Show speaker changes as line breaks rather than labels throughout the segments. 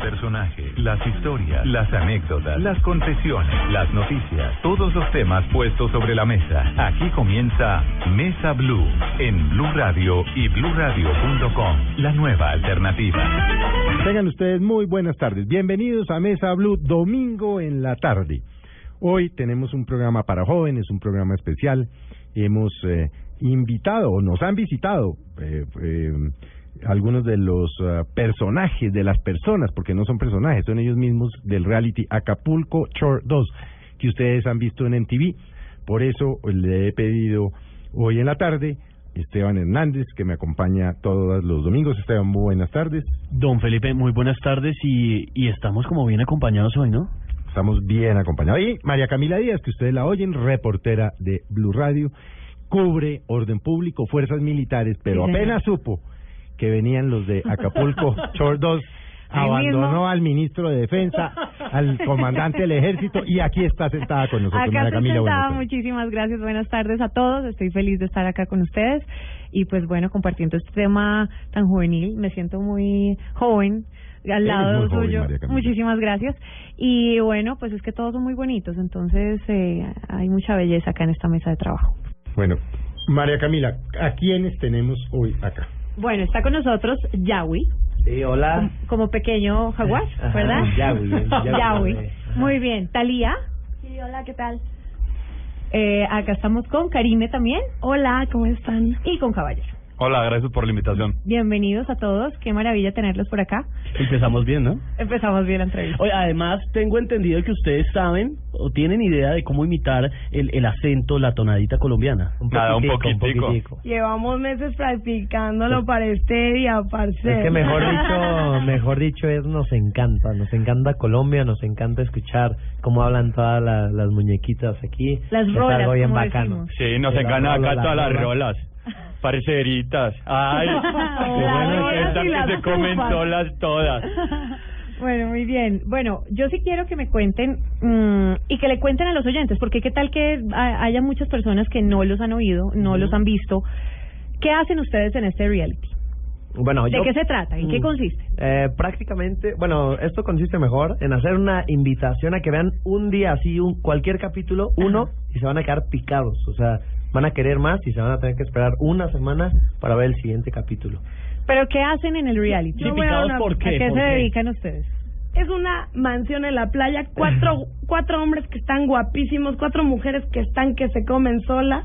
personajes, las historias, las anécdotas, las confesiones, las noticias, todos los temas puestos sobre la mesa. Aquí comienza Mesa Blue en Blue Radio y BlueRadio.com, la nueva alternativa.
Tengan ustedes muy buenas tardes. Bienvenidos a Mesa Blue, domingo en la tarde. Hoy tenemos un programa para jóvenes, un programa especial. Hemos eh, invitado, o nos han visitado eh, eh, algunos de los ah, personajes, de las personas, porque no son personajes, son ellos mismos del reality Acapulco Shore 2, que ustedes han visto en MTV. Por eso le he pedido hoy en la tarde Esteban Hernández, que me acompaña todos los domingos. Esteban, buenas tardes.
Don Felipe, muy buenas tardes y, y estamos como bien acompañados hoy, ¿no?
Estamos bien acompañados. Y María Camila Díaz, que ustedes la oyen, reportera de Blue Radio, cubre orden público, fuerzas militares, pero apenas supo que venían los de Acapulco, Shore 2, abandonó al ministro de Defensa, al comandante del ejército y aquí está sentada con nosotros.
Acá
María
estoy
Camila, pues. buenas
sentada,
tardes.
muchísimas gracias, buenas tardes a todos, estoy feliz de estar acá con ustedes y pues bueno, compartiendo este tema tan juvenil, me siento muy joven al
Eres
lado
muy joven,
suyo,
María Camila.
muchísimas gracias y bueno, pues es que todos son muy bonitos, entonces eh, hay mucha belleza acá en esta mesa de trabajo.
Bueno, María Camila, ¿a quiénes tenemos hoy acá?
Bueno, está con nosotros Yawi,
Sí, hola.
como pequeño jaguar,
Ajá,
¿verdad?
Yawi, eh, Yawi.
Yawi. Muy bien, Talía.
Sí, hola, ¿qué tal?
Eh, acá estamos con Karime también
Hola, ¿cómo están?
y con Caballero.
Hola, gracias por la invitación.
Bienvenidos a todos, qué maravilla tenerlos por acá.
Empezamos bien, ¿no?
Empezamos bien la entrevista.
Oye, además tengo entendido que ustedes saben o tienen idea de cómo imitar el, el acento, la tonadita colombiana.
Nada, un poquitico.
Llevamos meses practicándolo para este día, parce.
Es que mejor dicho, mejor dicho es nos encanta, nos encanta Colombia, nos encanta escuchar cómo hablan todas la- las muñequitas aquí.
Las
Es
rolas,
algo bien
como
bacano.
decimos.
Sí, nos
Las
engañan acá
rolas,
todas las
rolas.
rolas. Parceritas. Ay, qué
Ah,
bueno que
rolas
están
y
que
las
se comen
chupas.
solas todas.
Bueno, muy bien. Bueno, yo sí quiero que me cuenten mm, y que le cuenten a los oyentes, porque qué tal que ha- haya muchas personas que no los han oído, no los han visto. ¿Qué hacen ustedes en este reality?
Bueno,
¿De
yo-
qué se trata? ¿En qué
Mm.
consiste?
Eh, prácticamente, bueno, esto consiste mejor en hacer una invitación a que vean un día así, un, cualquier capítulo, uno,
Ajá.
y se van a quedar picados. O sea, van a querer más y se van a tener que esperar una semana para ver el siguiente capítulo.
¿Pero qué hacen en el reality?
Sí, picados,
a,
¿por qué?
¿A qué
¿Por
se
qué?
dedican ustedes?
Es una mansión en la playa, cuatro, cuatro hombres que están guapísimos, cuatro mujeres que están que se comen solas.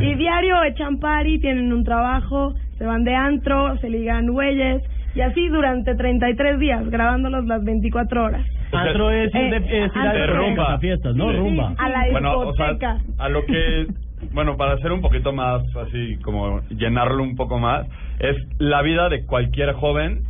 Y diario echan party, tienen un trabajo, se van de antro, se ligan güeyes. Y así durante 33 días, grabándolos las 24 horas.
Antro es,
Eh,
de, es ir a
antro
de rumba.
a fiestas, ¿no?
Sí, sí,
Rumba.
A la
Bueno, o sea,
discoteca.
a lo que... Bueno, para hacer un poquito más así, como llenarlo un poco más, es la vida de cualquier joven,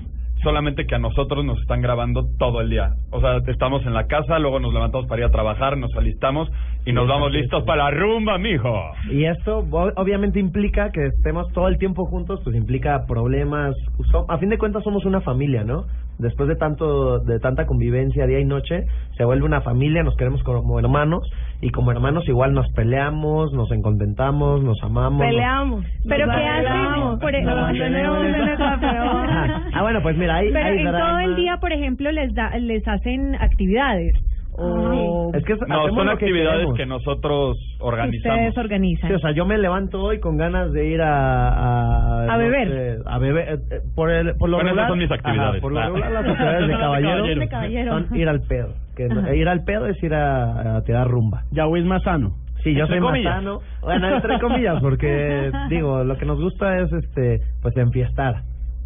solamente que a nosotros nos están grabando todo el día. O sea, estamos en la casa, luego nos levantamos para ir a trabajar, nos alistamos y nos vamos listos para la rumba, mijo.
Y esto o- obviamente implica que estemos todo el tiempo juntos, pues implica problemas. So- a fin de cuentas somos una familia, ¿no? Después de tanto de tanta convivencia día y noche, se vuelve una familia, nos queremos como hermanos y como hermanos igual nos peleamos, nos encontentamos, nos amamos. nos-
Peleamos.
¿Pero
nos
qué
arreglamos,
hacen? Por e-
nos
no,
mantenemos
no, no,
en
no.
nuestra peor.
Ah, bueno, pues mira, ahí
Pero
ahí
en
drama.
todo el día, por ejemplo, les da, les hacen actividades o
Ah. Oh. Es que es-
No,
hacemos
son
lo que
actividades
queremos.
que nosotros organizamos.
ustedes organizan.
Sí, o sea, yo me levanto hoy con ganas de ir a... A,
A
no
beber.
sé, a beber. eh, eh, por, el, por lo
Bueno,
regular...
esas son mis actividades.
Ajá, por lo
Ah.
regular las
Son
actividades de
las de
caballero,
caballero. De
caballero.
son ir al pedo. Que no-
Ajá.
ir al pedo es ir a, a tirar rumba.
Ya es más sano.
Sí, yo
Entre
soy
comillas.
matano. Bueno, entre comillas, porque digo, lo que nos gusta es este pues enfiestar.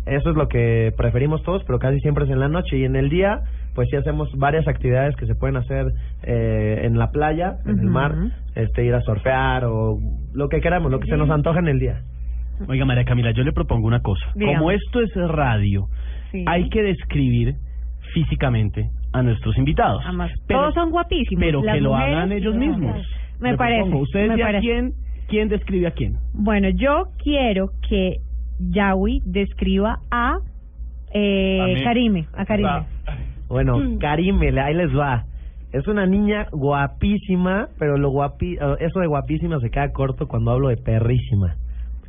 Eso es lo que preferimos todos, pero casi siempre es en la noche y en el día pues sí hacemos varias actividades que se pueden hacer eh, en la playa, en el
Ujú.
mar, este ir a surfear o lo que queramos, lo que se nos antoja en el día.
Oiga, María Camila, yo le propongo una cosa.
Dígame.
Como esto es radio,
Sí.
hay que describir físicamente a nuestros invitados.
Además,
Pero-
todos son guapísimos.
Pero
las
que lo
mujeres
hagan
y
ellos
los
mismos.
hombres. Me
Le
parece,
propongo, Ustedes
me
ya
parece.
quién, quién describe a quién.
Bueno, yo quiero que Yawi describa a,
A
eh,
mí.
Karime. A Karime.
Va.
Bueno,
Mm.
Karime, le- ahí les va. Es una niña guapísima, pero lo guapi eh, eso de guapísima se queda corto cuando hablo de perrísima.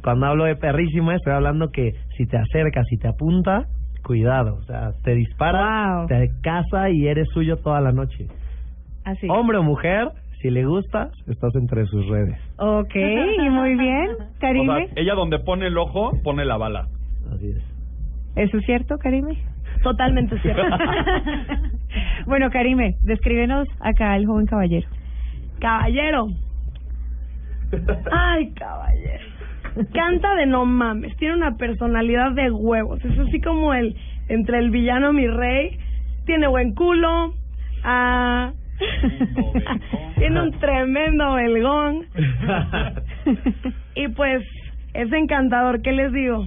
Cuando hablo de perrísima estoy hablando que si te acercas, si te apunta, cuidado, o sea, te dispara,
Wow.
te caza y eres suyo toda la noche.
Así.
Hombre o mujer, si le gustas, estás entre sus redes.
Ok, muy bien.
O
Karime.
sea, ella donde pone el ojo, pone la bala.
Así es.
¿Eso es cierto, Karime?
Totalmente cierto.
bueno, Karime, descríbenos acá al joven caballero.
caballero. Ay, caballero. Canta de no mames. Tiene una personalidad de huevos. Es así como el entre el villano mi rey. Tiene buen culo. Ah.
Lindo belgón.
Tiene un tremendo belgón. Y pues es encantador, ¿qué les digo?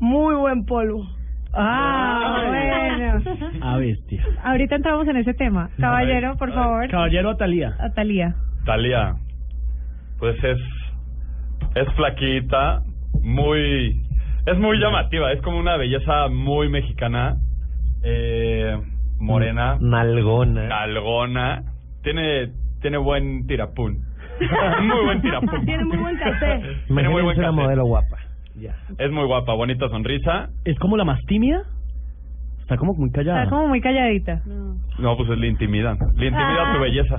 Muy buen polvo.
Ah, bueno.
A bestia.
Ahorita entramos en ese tema. Caballero, por favor.
Caballero Atalía.
Atalía.
Talía, pues es es flaquita, muy es muy llamativa, es como una belleza muy mexicana, eh,
Mm.
morena,
Nalgona.
galgona, tiene tiene buen tirapún, muy buen tirapún,
Tiene muy buen café.
Tiene muy
Imagínense
buen
una
café.
modelo guapa. Ya.
es muy guapa, bonita sonrisa,
¿Es como la más tímida? Está como muy callada.
Está como muy calladita.
no pues le intimida, le intimida tu belleza,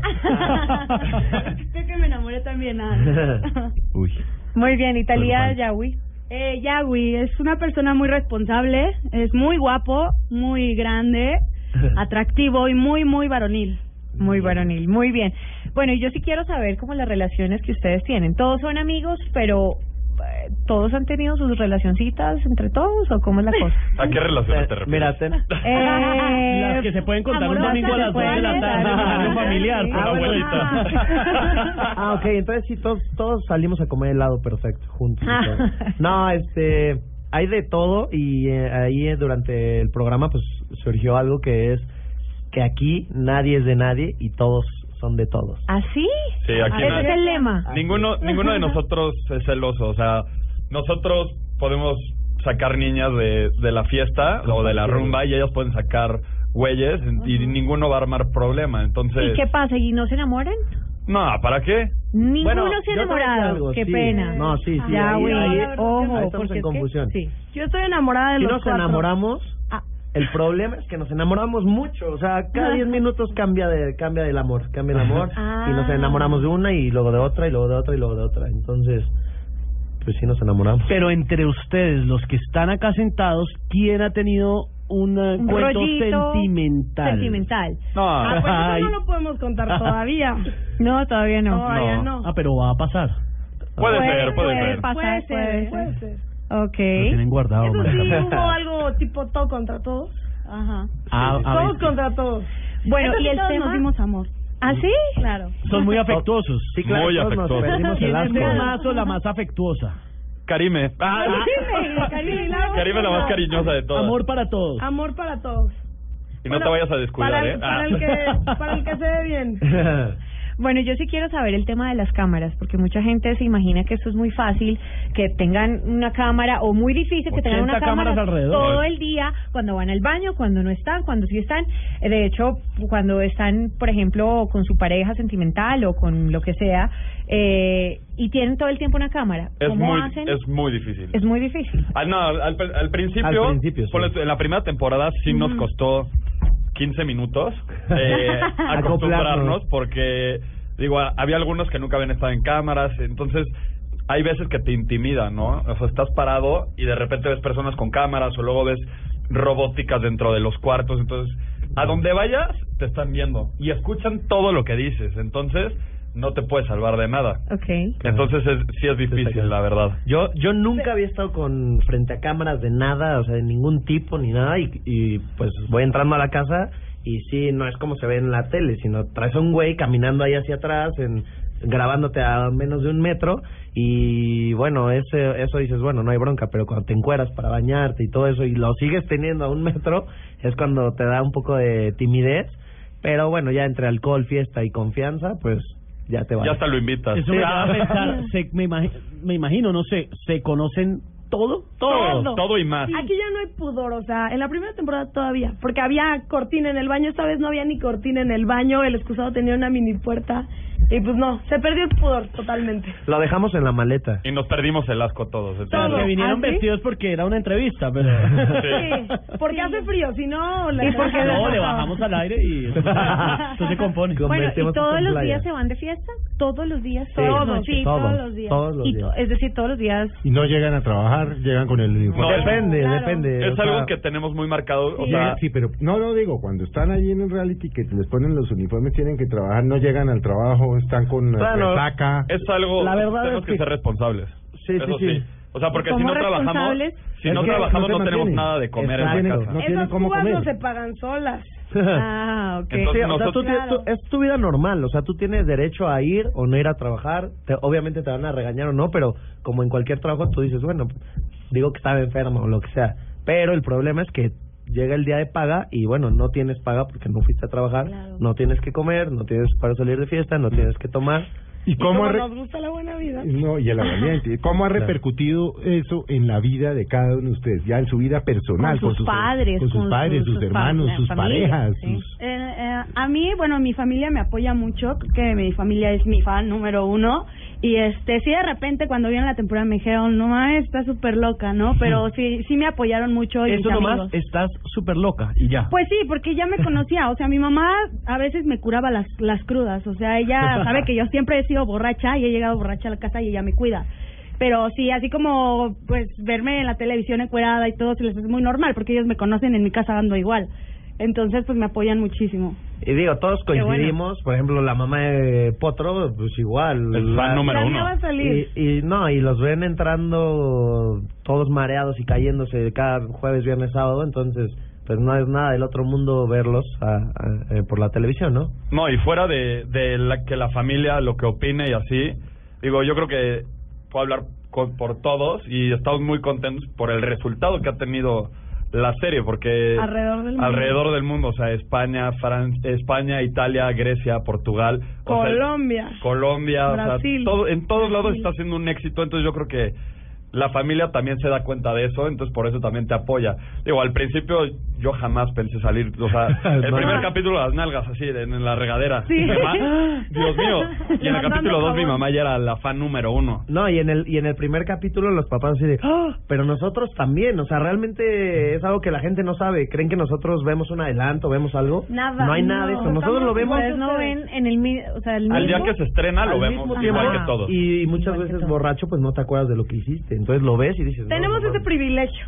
Creo que me enamoré también. ah.
Uy.
Muy bien, Italia
Normal.
Yawi.
Eh, Yagui es una persona muy responsable, es muy guapo, muy grande, atractivo y muy, muy varonil.
Muy varonil, muy bien. Bueno, y yo sí quiero saber cómo las relaciones que ustedes tienen. Todos son amigos, pero eh, todos han tenido sus relacioncitas entre todos o cómo es la cosa?
¿a qué relación te
Eh,
refieres?
Mira, ten-
Eh,
Las que se pueden contar un
amorosas
domingo a
se
las dos de la tarde
pueden contar.
en horario
Sí.
familiar, con
la
bueno.
abuelita.
Ah, ok, entonces sí, todos, todos salimos a comer helado perfecto, juntos. y
Ah.
todo. No, este, hay de todo y eh, ahí eh, durante el programa pues surgió algo que es que aquí nadie es de nadie y todos son de todos.
¿Así?
Sí, aquí
Ese
nadie-
es el lema.
Ninguno, ninguno de nosotros es celoso, o sea, nosotros podemos sacar niñas de, de la fiesta o de la rumba y ellas pueden sacar güeyes y ninguno va a armar problema, entonces...
¿Y qué pasa? ¿Y no se enamoran?
No, ¿para qué?
Ninguno
Bueno,
se ha
yo te voy a decir
enamorado.
algo,
Qué
sí.
pena.
No, sí, sí,
Ya,
ahí-
güey.
ahí-
Ojo,
ahí estamos
porque
en
es que-
confusiada.
sí.
Yo estoy enamorada de
Si
los
nos
cuatro.
enamoramos,
Ah,
el problema es que nos enamoramos mucho, o sea, cada 10 minutos cambia de cambia del amor, cambia el amor
Ah.
y nos enamoramos de una y luego de otra y luego de otra y luego de otra. Entonces, pues sí nos enamoramos.
Pero entre ustedes, los que están acá sentados, ¿quién ha tenido un, eh,
Un
cuento
rollito
sentimental?
Sentimental.
No,
ah, pues
Ay.
eso no lo podemos contar todavía.
No, todavía no.
Todavía
No.
no.
Ah, pero va a pasar.
puede,
puede-
ser, puede,
puede
ser.
pasar.
Puede
puede
ser, puede
ser.
ser.
Ok.
Lo tienen guardado.
¿Eh? Eso
María.
sí, hubo algo tipo todo contra todos.
Ajá.
Ah, a
todos
ver,
contra todos.
Bueno,
Eso sí
y el
todos
tema-
nos dimos amor.
¿Ah, sí?
Claro.
Son muy afectuosos.
Sí, claro,
Muy
todos nos
afectuoso.
perdimos el
¿Quién es
asco.
el más o la más afectuosa?
Karime. Ah,
Karime, Karime, la más
Karime es la más
linda.
cariñosa de todas.
Amor para todos.
Ah, Amor para todos.
y no
Bueno,
te vayas a descuidar,
para el-
¿eh?
para
Ah.
el que- para el que se ve bien.
Bueno, yo sí quiero saber el tema de las cámaras, porque mucha gente se imagina que esto es muy fácil, que tengan una cámara, o muy difícil que tengan
80
una cámara
cámaras alrededor.
todo el día, cuando van al baño, cuando no están, cuando sí están. Eh, De hecho, cuando están, por ejemplo, con su pareja sentimental o con lo que sea, eh, y tienen todo el tiempo una cámara.
Es
¿Cómo
muy,
hacen?
es muy difícil.
Es muy difícil.
Ah, no, al, al- al principio,
Al principio, sí.
ponle tú, en la primera temporada sí nos costó 15 minutos eh,
Acoplarnos.
acostumbrarnos porque, digo, a- había algunos que nunca habían estado en cámaras, entonces hay veces que te intimida, ¿no? O sea, estás parado y de repente ves personas con cámaras o luego ves robóticas dentro de los cuartos, entonces a donde vayas te están viendo y escuchan todo lo que dices, entonces no te puedes salvar de nada.
Ok.
Entonces es- sí es difícil, la verdad.
Yo, yo nunca había estado con frente a cámaras de nada, o sea, de ningún tipo ni nada, y, y pues voy entrando a la casa y sí, no es como se ve en la tele, sino traes a un güey caminando ahí hacia atrás en, grabándote a menos de un metro y bueno, ese, eso dices, bueno, no hay bronca, pero cuando te encueras para bañarte y todo eso y lo sigues teniendo a un metro, es cuando te da un poco de timidez, pero bueno, ya entre alcohol, fiesta y confianza, pues ya te va.
Ya hasta lo invitas.
Eso me lleva a pensar, se- me, imagi- me imagino, no sé, ¿se conocen todo?
Todo, todo y más.
Aquí ya no hay pudor, o sea, en la primera temporada todavía, porque había cortina en el baño, esta vez no había ni cortina en el baño, el excusado tenía una mini puerta, y pues no, se perdió el pudor totalmente.
Lo dejamos en la maleta.
Y nos perdimos el asco todos.
Los
entonces.
que vinieron
¿Ah, sí?
vestidos porque era una entrevista, pero...
Sí, porque hace frío, si no... la-
Y porque-
No, le bajamos al aire y eso, eso se compone.
Bueno,
Convertimos
¿y
esto
todos
en
los
playa.
días se van de fiesta? ¿Todos los días?
Todos,
sí,
todos,
todos, los días.
todos los
Y to-
días.
Es decir, todos los días.
Y no llegan a trabajar, llegan con el
No,
uniforme.
es-
depende,
Claro.
depende.
Es
o
algo
sea,
que tenemos muy marcado. O
Sí,
sea,
sí, pero no lo digo, cuando están allí en el reality que les ponen los uniformes, tienen que trabajar, no llegan al trabajo, están con eh,
Bueno,
resaca.
es algo
La verdad
tenemos
es
que,
que-
ser responsables.
Sí, sí,
Eso
sí.
O sea, porque si
Somos
no trabajamos,
responsables.
si
Es
no
que
trabajamos no,
no se
tenemos
mantienen.
nada de comer en la
Exacto.
casa.
No tienen
Esas
cómo
cubas
comer.
no se pagan solas.
Ah, ok.
Entonces,
Sí, o sea,
nosotros-
tú tienes- tú- es tu vida normal, o sea, tú tienes derecho a ir o no ir a trabajar, te- obviamente te van a regañar o no, pero como en cualquier trabajo tú dices, bueno, digo que estaba enfermo o lo que sea, pero el problema es que llega el día de paga y bueno, no tienes paga porque no fuiste a trabajar,
Claro.
no tienes que comer, no tienes para salir de fiesta, no tienes que tomar.
¿Y cómo
Como
ha re-
nos gusta la buena vida.
No, y el aguardiente. ¿Y ¿Cómo ha repercutido eso en la vida de cada uno de ustedes? Ya en su vida personal,
Con
con,
sus padres,
con sus
con
padres,
sus-
sus,
sus
hermanos,
pa-
sus
familia,
parejas,
sí.
sus-
Eh, eh, a mí, bueno, mi familia me apoya mucho, que mi familia es mi fan número uno. Y este, sí, de repente cuando vieron la temporada me dijeron, no mames, está súper loca, ¿no? Pero sí, sí me apoyaron mucho. y
Eso
mis
nomás,
amigos.
estás súper loca y ya.
Pues sí, porque ya me conocía, o sea, mi mamá a veces me curaba las, las crudas, o sea, ella sabe que yo siempre he sido borracha y he llegado borracha a la casa y ella me cuida. Pero sí, así como pues verme en la televisión encuerada y todo, se les es muy normal, porque ellos me conocen en mi casa dando igual. Entonces, pues me apoyan muchísimo.
Y digo, todos
bueno.
coincidimos, por ejemplo, la mamá de Potro, pues igual.
Es fan
la-
número
La
uno.
mía va a salir.
Y, y no, y los ven entrando todos mareados y cayéndose cada jueves, viernes, sábado, entonces pues no es nada del otro mundo verlos a- a- eh, por la televisión, ¿no?
No, y fuera de, de la, que la familia lo que opine y así, digo, yo creo que puedo hablar co- por todos y estamos muy contentos por el resultado que ha tenido la serie, porque
Alrededor del mundo.
alrededor del mundo, o sea, España, Fran- España, Italia, Grecia, Portugal, o sea,
Colombia.
Colombia, o sea,
Brasil.
todo- en todos lados está siendo un éxito, entonces yo creo que la familia también se da cuenta de eso, entonces por eso también te apoya. Digo, al principio yo jamás pensé salir, o sea, el
No.
primer capítulo las nalgas así en, en la regadera.
Sí.
Mi mamá, Dios mío. Y en
Levantando
el capítulo 2 mi
jabón.
mamá ya era la fan número uno.
No, y en el y en el primer capítulo los papás así de,
¡Oh!
"Ah, pero nosotros también, o sea, realmente es algo que la gente no sabe, creen que nosotros vemos un adelanto, vemos algo,
Nada,
no hay nada de
no,
eso, nosotros lo vemos
Ustedes no ven en el, mi- o sea, el
Al día
mismo-
que se estrena lo
al
vemos
mismo
igual
tiempo,
que todos.
y, y muchas
Igual que
veces
todos.
borracho pues no te acuerdas de lo que hiciste, entonces lo ves y dices, "No,
Tenemos
no
ese
mames".
privilegio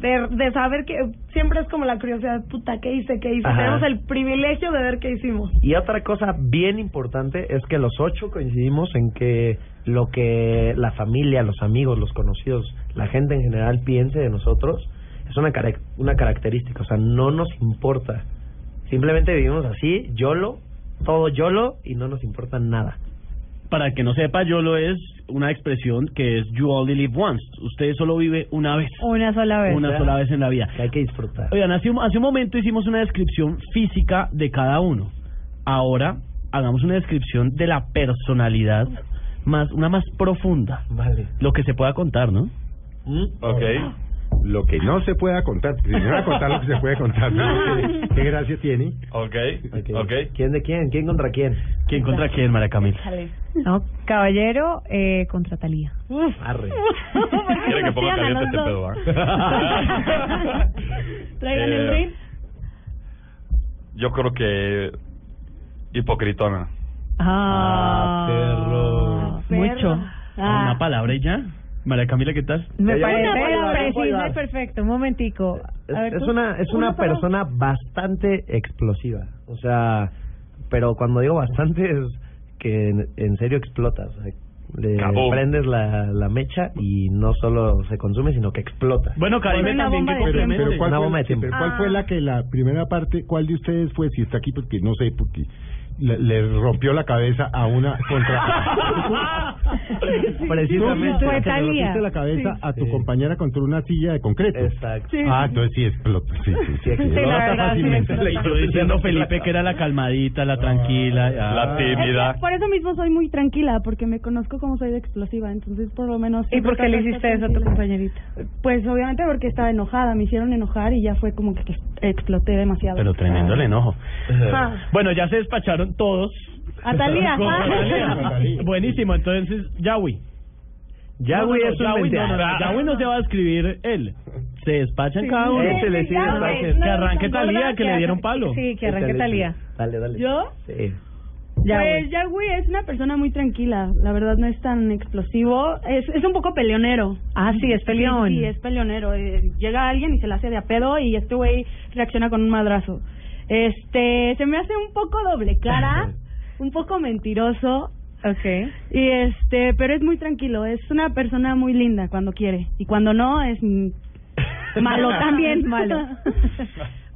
de, de saber que siempre es como la curiosidad, puta, ¿qué hice? ¿Qué hice?
Ajá.
Tenemos el privilegio de ver qué hicimos.
Y otra cosa bien importante es que los ocho coincidimos en que lo que la familia, los amigos, los conocidos, la gente en general piense de nosotros es una, carac- una característica, o sea, no nos importa. Simplemente vivimos así, YOLO, todo YOLO y no nos importa nada.
Para el que no sepa, YOLO es una expresión que es You only live once. Usted solo vive una vez.
Una sola vez.
Una sola vez en la vida.
Que hay que disfrutar.
Oigan, hace un, hace un momento hicimos una descripción física de cada uno. Ahora hagamos una descripción de la personalidad más una más profunda,
Vale.
lo que se pueda contar, ¿no?
¿Mm?
Ok.
Lo que no se pueda contar, porque si me van a contar lo que se puede contar, ¿no? ¿Qué, qué gracia tiene?
Ok.
Ok.
Ok.
¿Quién de quién? ¿Quién contra quién?
¿Quién contra quién, María Camila?
No, caballero eh, contra Talía.
Arre.
Quiere que ponga caliente este pedo, ¿ah?
Traigan el
Eh,
ring.
Yo creo que hipocritona.
Ah, perro.
Mucho.
Ah.
Una palabra y ya. María Camila, ¿qué tal?
Ya,
Me
ya
parece
voy a ayudar, ya voy a
preciso y
ayudar.
perfecto. Un momentico.
Es,
A ver,
es
tú.
una es una
palabra.
persona bastante explosiva, o sea, pero cuando digo bastante es que en, en serio explotas, o sea, le
Kaboom.
prendes la, la mecha y no solo se consume, sino que explota.
Bueno, Karime
Una
también
bomba
que
de
Pero,
complemente.
pero ¿cuál,
Una
fue,
bomba de
sí,
Ah.
tiempo.
pero ¿cuál fue la que la primera parte, cuál de ustedes fue? Si está aquí, porque no sé, porque le, le rompió la cabeza a una contra.
Precisamente.
Tú
Fue
le
Thalía.
rompiste la cabeza a tu
Sí.
compañera contra una silla de concreto.
Exacto.
Ah, entonces sí explotó. Sí, sí, sí.
Sí,
explota
la verdad, sí
fácilmente.
Y yo diciendo Felipe que era la calmadita, la tranquila. ya.
La tímida.
Por eso mismo soy muy tranquila, porque me conozco como soy de explosiva, entonces por lo menos...
¿Y por qué le hiciste eso a tu
compañero?
compañerita?
Pues obviamente porque estaba enojada, me hicieron enojar y ya fue como que exploté demasiado.
Pero tremendo el enojo.
Ah,
Bueno, ya se despacharon todos.
a Talía.
Con
ah.
Rosalía. Buenísimo, entonces, Yawi.
Yahweh
No, no,
es
no, Yahweh
un
no, no,
mentiroso.
no, Yahweh no se va a escribir él. Se despachan cada uno.
Ese Este le sigue el
Ya, güey,
bache.
Que
no,
arranque
tan gorda
Thalía, que le dieron
hace-
palo.
Sí,
Este
que arranque Talía.
Dale, dale.
¿Yo?
Sí.
Ya,
pues
güey.
Yahweh es una persona muy tranquila, la verdad no es tan explosivo, es, es un poco peleonero.
Ah, sí, es peleón.
Sí, sí, es peleonero. eh, llega alguien y se la hace de a pedo y este güey reacciona con un madrazo. Este, se me hace un poco doble cara, un poco mentiroso
Ok.
y este, pero es muy tranquilo, es una persona muy linda cuando quiere y cuando no es mm, malo también,
malo.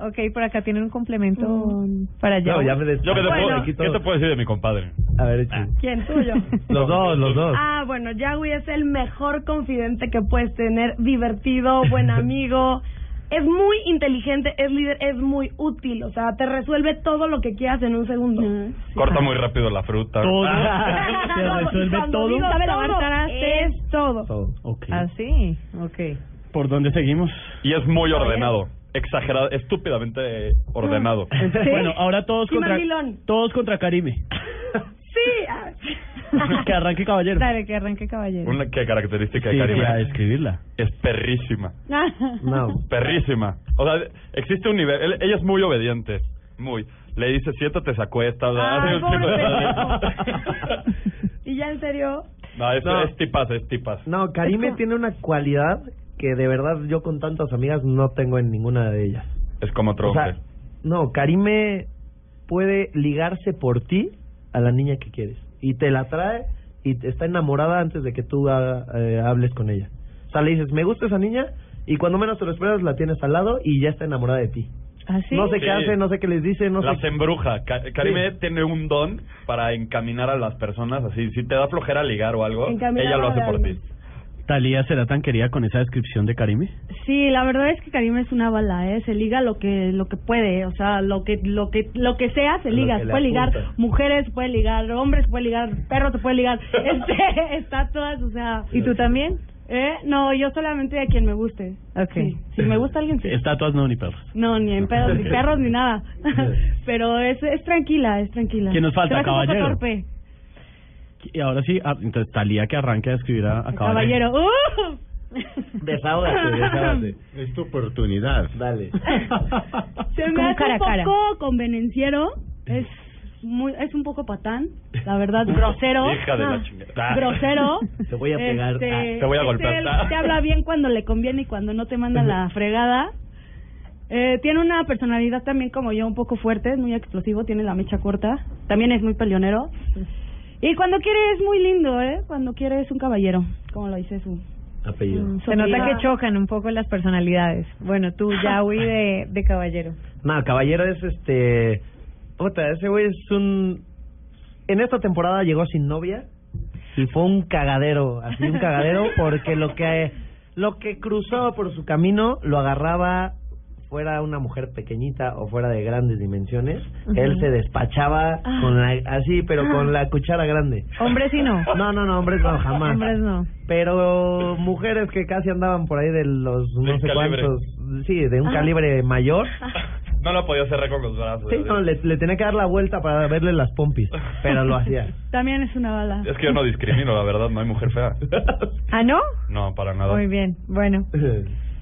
ok, por acá tienen un complemento
Oh.
para allá.
No, ya me
Yo que te
despacho,
puedo,
le quito-
¿Qué te puedo decir de mi compadre?
A ver,
Ah.
sí.
¿Quién tuyo?
los dos, los dos.
Ah, bueno, Yahweh es el mejor confidente que puedes tener, divertido, buen amigo. Es muy inteligente, es líder, es muy útil, o sea, te resuelve todo lo que quieras en un segundo.
Corta muy rápido la fruta.
Todo. Se
Todo, y
resuelve
cuando
todo.
digo
Sabe lavar
todo,
trastes.
es todo.
Todo.
Ok.
Ah, sí, ok.
¿Por dónde seguimos?
Y es muy ordenado. Exagerado, estúpidamente eh, ordenado.
Bueno, ahora todos
Sí,
contra
mandilón.
todos contra Karime.
Sí, ah,
que arranque caballero.
Dale, que arranque caballero.
Una que característica
Sí,
de
sí, a
Karime
describirla.
es perrísima.
No.
Perrísima. O sea, existe un nivel. él- ella es muy obediente. Muy. Le dice, siéntate, se acuesta.
Ay,
hace un chico de-
y ya en serio,
no, es,
No.
es tipas, es tipas.
No, Karime tiene una cualidad que de verdad yo con tantas amigas no tengo en ninguna de ellas.
Es como otro
O sea,
hombre.
no, Karime puede ligarse por ti a la niña que quieres y te la trae y te- está enamorada antes de que tú ha- eh, hables con ella. O sea, le dices, me gusta esa niña y cuando menos te lo esperas la tienes al lado y ya está enamorada de ti.
¿Ah, sí?
No sé
Sí.
qué hace, no sé qué les dice, no
las
sé.
embruja. Ka- Karime tiene un don para encaminar a las personas así. Si te da flojera ligar o algo,
Encaminar
ella lo
a
hace por ti.
alguien.
¿Talía será tan querida con esa descripción de Karime?
Sí, la verdad es que Karim es una bala, ¿eh? se liga lo que lo que puede, o sea, lo que lo que lo que sea se
Lo
liga,
que
se
le
puede ligar
apunta.
mujeres, se puede ligar hombres, se puede ligar perros, se puede ligar este, estatuas, o sea,
¿Y tú también?
¿eh? No, yo solamente a quien me guste.
Ok.
Sí, si me gusta alguien sí.
Estatuas no ni perros.
No, ni en pedos, ni perros, ni nada. Pero es, es tranquila, es tranquila.
¿Qué nos falta,
Se me hace un poco
caballero?
torpe.
Y ahora sí, ah, entonces Talía que arranque a escribir a, a
Caballero. ¡Uh!
Desahógate, desahógate.
Es tu oportunidad.
Dale.
Se me
Como
hace
cara a
un poco
cara.
convenenciero, es muy, es un poco patán, la verdad, grosero.
Hija de la chingada.
Grosero.
Te voy a pegar. Ah,
Este,
Te voy a
es
golpear.
el- Te habla bien cuando le conviene y cuando no te manda la fregada. Eh, tiene una personalidad también como yo, un poco fuerte, es muy explosivo, tiene la mecha corta, también es muy peleonero. Y cuando quiere es muy lindo, ¿eh? Cuando quiere es un caballero, como lo dice su...
Apellido.
su
Se nota
apellido.
que chocan un poco las personalidades. Bueno, tú, Yawi de, de caballero.
No, Caballero es este. Puta, ese güey es un. En esta temporada llegó sin novia y fue un cagadero, así un cagadero, porque lo que lo que cruzaba por su camino lo agarraba fuera una mujer pequeñita o fuera de grandes dimensiones, él se despachaba con la, así, pero con la cuchara grande.
Ah. Hombres y no.
No, no, no, hombres no, jamás.
Hombres no.
Pero mujeres que casi andaban por ahí de los no
Del
sé
calibre.
cuántos, sí, de un calibre mayor,
No la podía cerrar con los brazos.
Sí, no, le, le tenía que dar la vuelta para verle las pompis, pero lo hacía.
También es una bala.
Es que yo no discrimino, la verdad, no hay mujer fea.
¿Ah, no?
No, para nada.
Muy bien, bueno.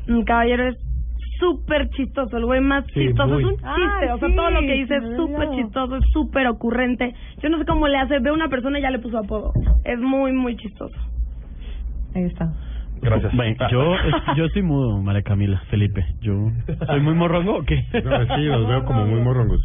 mm, caballero es súper chistoso, el güey más
Sí,
chistoso.
muy.
Es un chiste,
Ah,
o sea,
sí,
todo lo que dice
se
es
me había
súper
olvidado.
chistoso, es súper ocurrente. Yo no sé cómo le hace, ve a una persona y ya le puso apodo. Es muy, muy chistoso.
Ahí está.
Gracias.
Bueno, yo, es- yo soy mudo, María Camila, Felipe. Yo soy muy morrongo o qué?
No, sí, los veo como muy morrongos.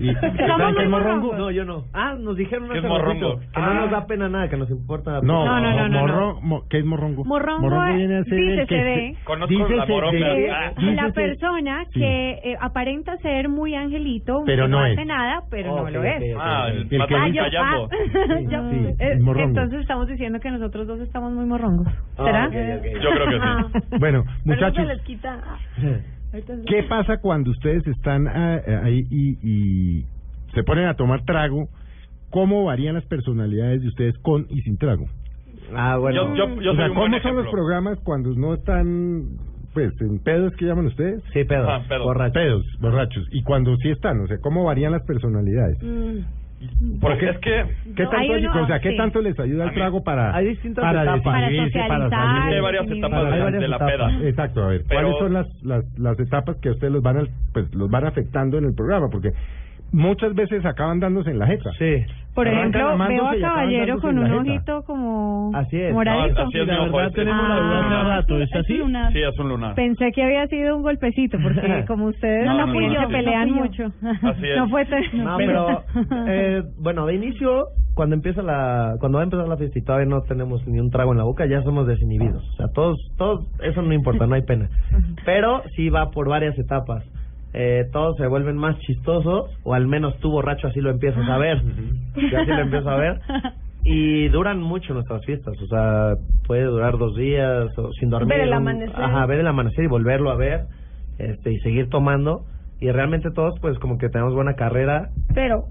Y,
¿Saben qué es
muy
morrongo?
morrongos.
No, yo no. Ah, nos dijeron
¿Qué es
hace ratito
morrongo?
que no nos da pena nada, que nos importa.
no,
No, no, no, no,
morro- mo- ¿qué es morrongo?
Morrongo
el
dícese
que
de-
se-
Conozco la
dícese
moronga.
de-
Ah.
Es Eh, la
dícese-
persona
Sí.
que eh, aparenta ser muy angelito,
Pero
que
no es. Oh,
hace nada, pero
Ok,
no lo
ok,
es.
ok,
Ah, el
ok.
El que-
patán
Ah,
Ay,
yo-
callambo.
ah, yo-
Sí,
eh,
el morrongo.
entonces estamos diciendo que nosotros dos estamos muy morrongos.
Ah,
¿Será?
ok, ok.
Yo creo que
Ah,
sí.
Pero
Bueno,
eso
muchachos,
se les quita. Ahorita se-
¿qué pasa cuando ustedes están ah, eh, ahí y, y se ponen a tomar trago? ¿Cómo varían las personalidades de ustedes con y sin trago?
Ah,
Yo,
bueno.
yo, yo
o
soy
sea,
un
¿cómo
buen
son los
ejemplo.
programas cuando no están, pues, en pedos que llaman ustedes?
Sí, pedo.
Ah, pedo.
Borracho.
Pedos, borrachos. Y cuando sí están, o sea, ¿cómo varían las personalidades?
Mm.
Porque
qué?
es que
¿Qué
No,
tanto,
hay uno-
o sea, ¿qué
sí.
tanto les ayuda
A
el
mí-
trago para,
Hay distintas
para
etapas.
decidirse, para
Para socializar.
salir?
hay varias
sí,
etapas
hay
de,
varias
de la
etapas.
peda.
Exacto, a ver,
Pero-
¿cuáles son las, las, las etapas que a ustedes los van al- pues, los van afectando en el programa? Porque muchas veces acaban dándose en la jeta.
Sí.
Por
Arrancan
ejemplo,
amándose
veo
y
a
acaban
Caballero
dándose
con
en
un
la jeta.
ojito como
Así es.
moradito.
No, así es
La
mi ojo.
verdad
este.
tenemos la duda hace
Ah.
rato, ¿es así?
Luna.
Sí, es un lunar.
Pensé que había sido un golpecito, porque como ustedes
No, no
también
fui yo,
se
no
pelean
fui yo.
mucho.
Así es.
No fue tan-
No, pero, eh, bueno, de inicio, cuando empieza la, cuando va a empezar la fiesta y todavía no tenemos ni un trago en la boca, ya somos desinhibidos. O sea, todos, todos, eso no importa, no hay pena. Pero sí va por varias etapas. Eh, todos se vuelven más chistosos, o al menos tú borracho así lo empiezas a ver. Yo así lo empiezo a ver. Y duran mucho nuestras fiestas, o sea, puede durar dos días o sin dormir.
Ver el
un-
amanecer.
Ajá, ver el amanecer y volverlo a ver, este, y seguir tomando. Y realmente todos, pues, como que tenemos buena carrera,
Pero,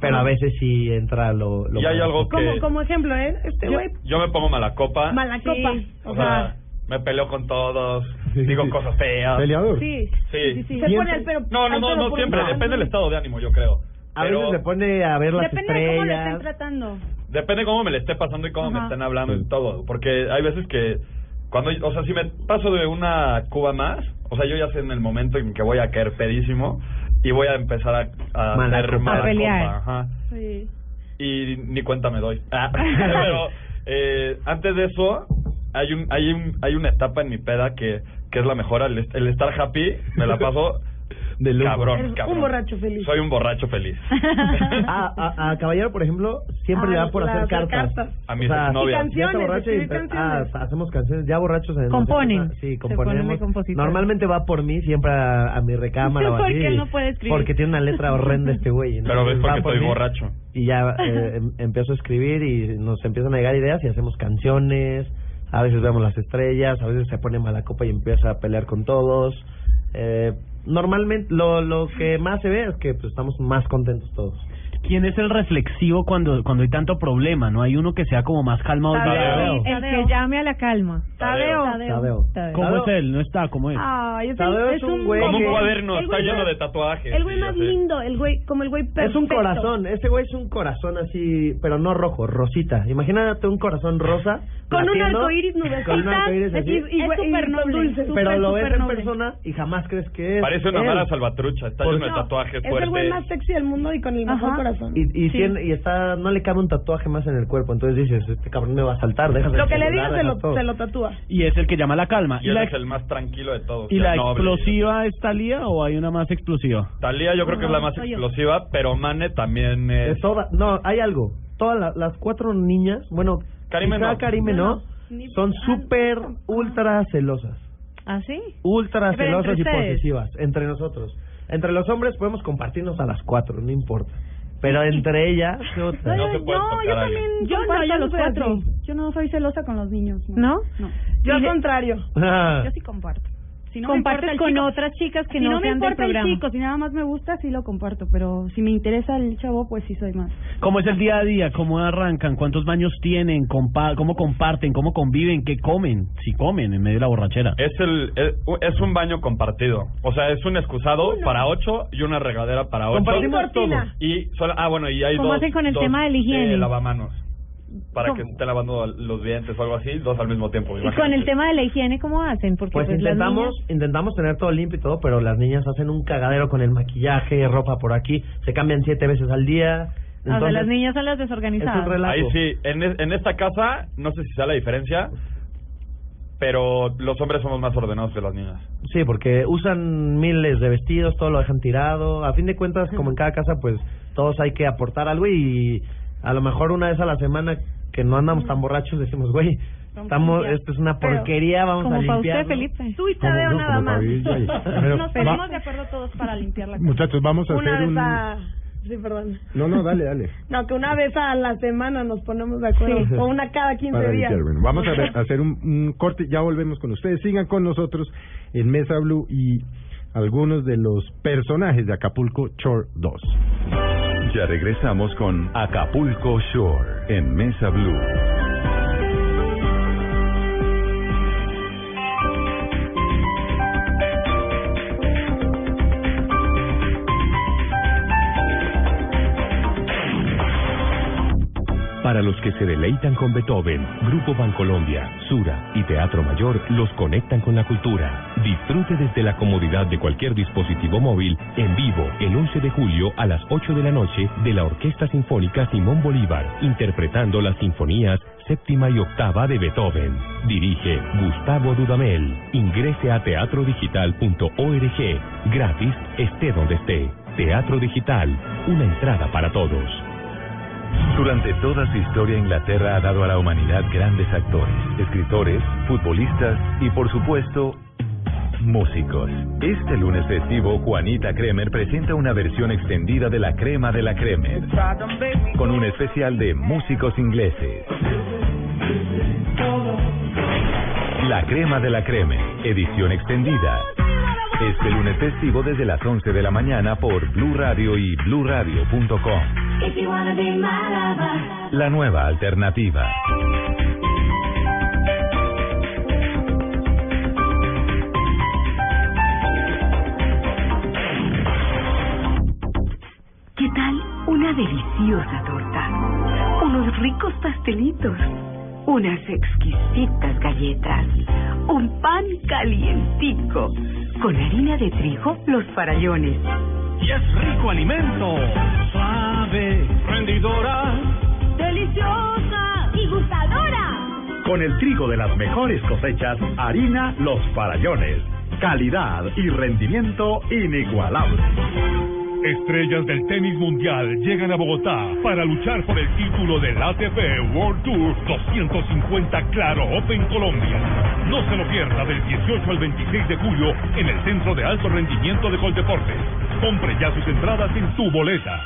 pero a veces sí entra lo... lo
Y hay algo que
como, como ejemplo, ¿eh? Este
yo,
güey,
yo me pongo mala copa.
mala
Sí.
copa.
o sea, me peleo con todos, digo cosas feas.
Peleador.
Sí.
Sí.
Se pone el pero.
No, no, no,
al toro
no
por
siempre.
un lado.
Depende del estado de ánimo, yo creo.
A
Pero
veces se pone a ver las
Depende de cómo lo estén
estrellas.
tratando.
depende cómo me le esté pasando y cómo me
Ajá.
estén hablando y todo. Porque hay veces que cuando, o sea, si me paso de una cuba más, o sea, yo ya sé en el momento en que voy a caer pedísimo y voy a empezar a, a
Mala
hacer
copa.
mala
A pelear.
copa, ajá.
Sí.
y ni cuenta me doy. Ah, pero eh, antes de eso, hay un, hay un, hay una etapa en mi peda que, que es la mejor. El, el estar happy me la paso
De lujo.
cabrón,
Eres un
cabrón.
borracho feliz.
Soy un borracho feliz.
A, a- a Ah, Caballero, por ejemplo, siempre
Ah,
le da por
la-
hacer
hacer
cartas.
cartas.
A mis
O sea,
exnovias.
Y
Ya está
canciones,
borracho y
escribir
empe- ah,
canciones.
hacemos canciones, ya borrachos. en-
Componen.
Sí,
Se ponen de
componemos.
compositor.
Normalmente va por mí, siempre a, a mi recámara o así.
Porque él no puede escribir.
Porque tiene una letra horrenda este güey. ¿no?
Pero ves
Va
porque
por
estoy
mí
borracho.
Y ya eh, em- empiezo a escribir y nos empiezan a llegar ideas y hacemos canciones. A veces vemos las estrellas, a veces se pone mala copa y empieza a pelear con todos. Eh, normalmente lo, lo que más se ve es que pues, estamos más contentos todos.
¿Quién es el reflexivo cuando, cuando hay tanto problema? ¿No hay uno que sea como más calmado?
Tadeo.
El que llame a la calma.
Tadeo.
Tadeo.
Tadeo.
¿Cómo
Tadeo.
es él? No está, ¿cómo es?
Ah.
Ay, es,
Tadeo
el-
es un güey
Como un
que-
cuaderno,
el
está
güey
lleno
más-
de tatuajes.
El güey
sí,
más
ya sé.
lindo, el güey, como el güey perfecto.
Es un corazón, este güey es un corazón así, pero no rojo, rosita. Imagínate un corazón rosa.
Con un
latiendo,
arcoíris nubecita.
Con un arcoíris así.
Es-
Es
güey,
súper
y
noble.
dulce,
súper,
pero lo ves
súper
en
noble.
persona y jamás crees que es.
Parece una
él.
mala salvatrucha, está
Porque-
lleno de tatuajes
Es
fuertes.
el güey más sexy del mundo y con el mejor
Ajá.
corazón.
Y, y,
Sí.
tiene- y está, no le cabe un tatuaje más en el cuerpo. Entonces dices, este cabrón me va a saltar. Déjame
Lo que le digas se lo, se lo tatúa.
Y es el que llama la calma.
Y
¿Y
él
la,
es el más tranquilo de todos.
y
el
la
noble.
explosiva es Talía o hay una más explosiva?
Talía yo creo que es la más
soy yo.
explosiva, pero Mane también es...
no, hay algo. Todas la- las cuatro niñas, bueno,
Karime
quizá
no.
Karime no,
Ni-
son
ah,
súper, ultra celosas.
¿Ah, sí?
ultra
Pero entre
celosas y
ustedes.
posesivas entre nosotros. Entre los hombres podemos compartirnos a las cuatro, no importa. Pero entre ellas, puta.
No se puede
no,
tocar
yo
a alguien.
también.
Yo no,
comparto
yo los
soy
cuatro.
así.
Yo no soy celosa con los niños.
¿No?
No.
Yo
Y
al
le-
contrario.
Ah,
Yo sí comparto. Si no me importa
Compartes
el
con
chico-
otras chicas que
si
no,
no me
sean del
importa el
programa.
chico, si nada más me gusta, sí lo comparto. Pero si me interesa el chavo, pues sí soy más.
¿Cómo es el día a día? ¿Cómo arrancan? ¿Cuántos baños tienen? Compa- ¿Cómo comparten? ¿Cómo conviven? ¿Qué comen? Si comen en medio de la borrachera.
Es, el, es, es un baño compartido. O sea, es un excusado para ocho y una regadera para ocho.
Compartimos
Sin cortina.
Y solo- ah, bueno, y hay
¿Cómo
dos.
hacen con el
dos
tema de la higiene?
lavamanos. Para que
¿Cómo?
esté lavando los dientes o algo así, dos al mismo tiempo.
Y
imagínate.
con el tema de la higiene, ¿cómo hacen? Porque
Pues
pues, las
intentamos,
niñas-
intentamos tener todo limpio y todo, pero las niñas hacen un cagadero con el maquillaje, ropa por aquí, se cambian siete veces al día.
Ah, o sea,
Entonces,
las niñas son las
es un
desorganizadas.
relajo.
Ahí sí, en, es- en esta casa, no sé si sea la diferencia, pero los hombres somos más ordenados que las niñas.
Sí, porque usan miles de vestidos, todo lo dejan tirado. A fin de cuentas, como en cada casa, pues todos hay que aportar algo y a lo mejor una vez a la semana que no andamos tan borrachos decimos, güey, estamos, esto es una
Pero,
porquería, vamos a
Como para
limpiar.
usted, Felipe.
Tú y
Como
Tadeo
no,
nada
como
más.
Padilla y- Pero
Nos
va-
ponemos de acuerdo todos para limpiar la casa.
Muchachos, vamos a
Una
hacer
vez
un...
a... Sí, perdón.
No, no, dale, dale.
No, que una vez a la semana nos ponemos de acuerdo.
Sí.
O una cada 15
Para
días.
limpiar. Bueno, vamos a, ver- a hacer un, un corte, ya volvemos con ustedes. Sigan con nosotros en Mesa Blue y algunos de los personajes de Acapulco Shore 2.
Ya regresamos con Acapulco Shore en Mesa Blue. Para los que se deleitan con Beethoven, Grupo Bancolombia, Sura y Teatro Mayor los conectan con la cultura. Disfrute desde la comodidad de cualquier dispositivo móvil en vivo el 11 de julio a las 8 de la noche de la Orquesta Sinfónica Simón Bolívar, interpretando las sinfonías séptima y octava de Beethoven. Dirige Gustavo Dudamel. Ingrese a teatrodigital.org. Gratis, esté donde esté. Teatro Digital, una entrada para todos. Durante toda su historia, Inglaterra ha dado a la humanidad grandes actores, escritores, futbolistas y, por supuesto, músicos. Este lunes festivo, Juanita Kremer presenta una versión extendida de La Crema de la Kremer, con un especial de músicos ingleses. La Crema de la Kremer, edición extendida. Este lunes festivo desde las 11 de la mañana por Blue Radio y bluradio.com. La nueva alternativa.
¿Qué tal una deliciosa torta? Unos ricos pastelitos, unas exquisitas galletas, un pan calientico, con harina de trigo, los farallones.
Y es rico alimento, suave, rendidora.
¡Deliciosa y gustadora!
Con el trigo de las mejores cosechas, harina Los Farallones. Calidad y rendimiento inigualable.
Estrellas del tenis mundial llegan a Bogotá para luchar por el título del ATP World Tour 250 Claro Open Colombia. No se lo pierda del 18 al 26 de julio en el Centro de Alto Rendimiento de Coldeportes. Compre ya sus entradas en tu boleta.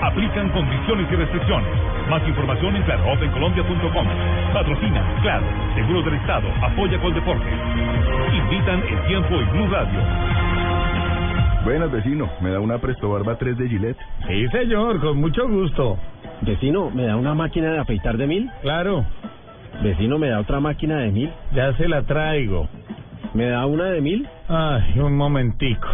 Aplican condiciones y restricciones. Más información en claroopencolombia.com. Patrocina, claro, Seguros del Estado, apoya Coldeportes. Invitan el tiempo y Blue Radio.
Buenas, vecino. ¿Me da una Presto Barba 3 de Gillette?
Sí, señor, con mucho gusto. Vecino, ¿me da una máquina de afeitar de mil?
Claro,
Vecino, ¿me da otra máquina de mil?
ya se la traigo.
¿Me da una de mil?
Ay, un momentico.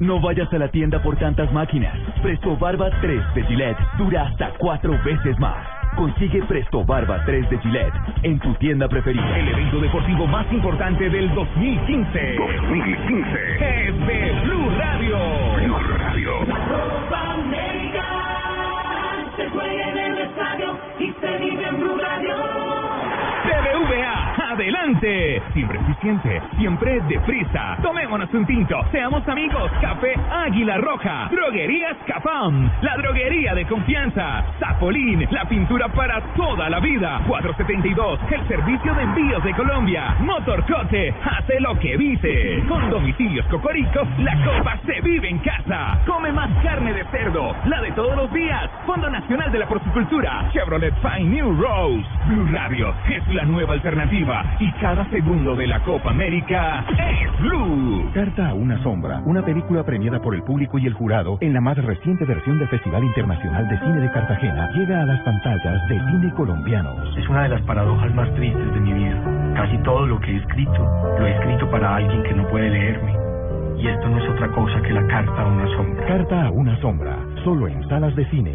No vayas a la tienda por tantas máquinas. Presto Barba 3 de Gillette dura hasta cuatro veces más. Consigue Presto Barba 3 de Gillette en tu tienda preferida. El evento deportivo más importante del 2015. 2015. Es de Blue Radio. Blue Radio.
Se juega en el estadio y se vive en
BBVA, adelante. Siempre eficiente, siempre deprisa. Tomémonos un tinto, seamos amigos. Café Águila Roja, Droguerías Capam, la droguería de confianza. Zapolín, la pintura para toda la vida. 472, el servicio de envíos de Colombia. Motorcote, hace lo que dice. Con domicilios Cocorico, la copa se vive en casa. Come más carne de cerdo, la de todos los días. Fondo Nacional de la Porcicultura, Chevrolet Fine New Rose. Blue Radio es la nueva alternativa y cada segundo de la Copa América es Blue.
Carta a una sombra, una película premiada por el público y el jurado en la más reciente versión del Festival Internacional de Cine de Cartagena, llega a las pantallas de cine colombianos.
Es una de las paradojas más tristes de mi vida. Casi todo lo que he escrito, lo he escrito para alguien que no puede leerme. Y esto no es otra cosa que la carta a una sombra.
Carta a una sombra, solo en salas de cine.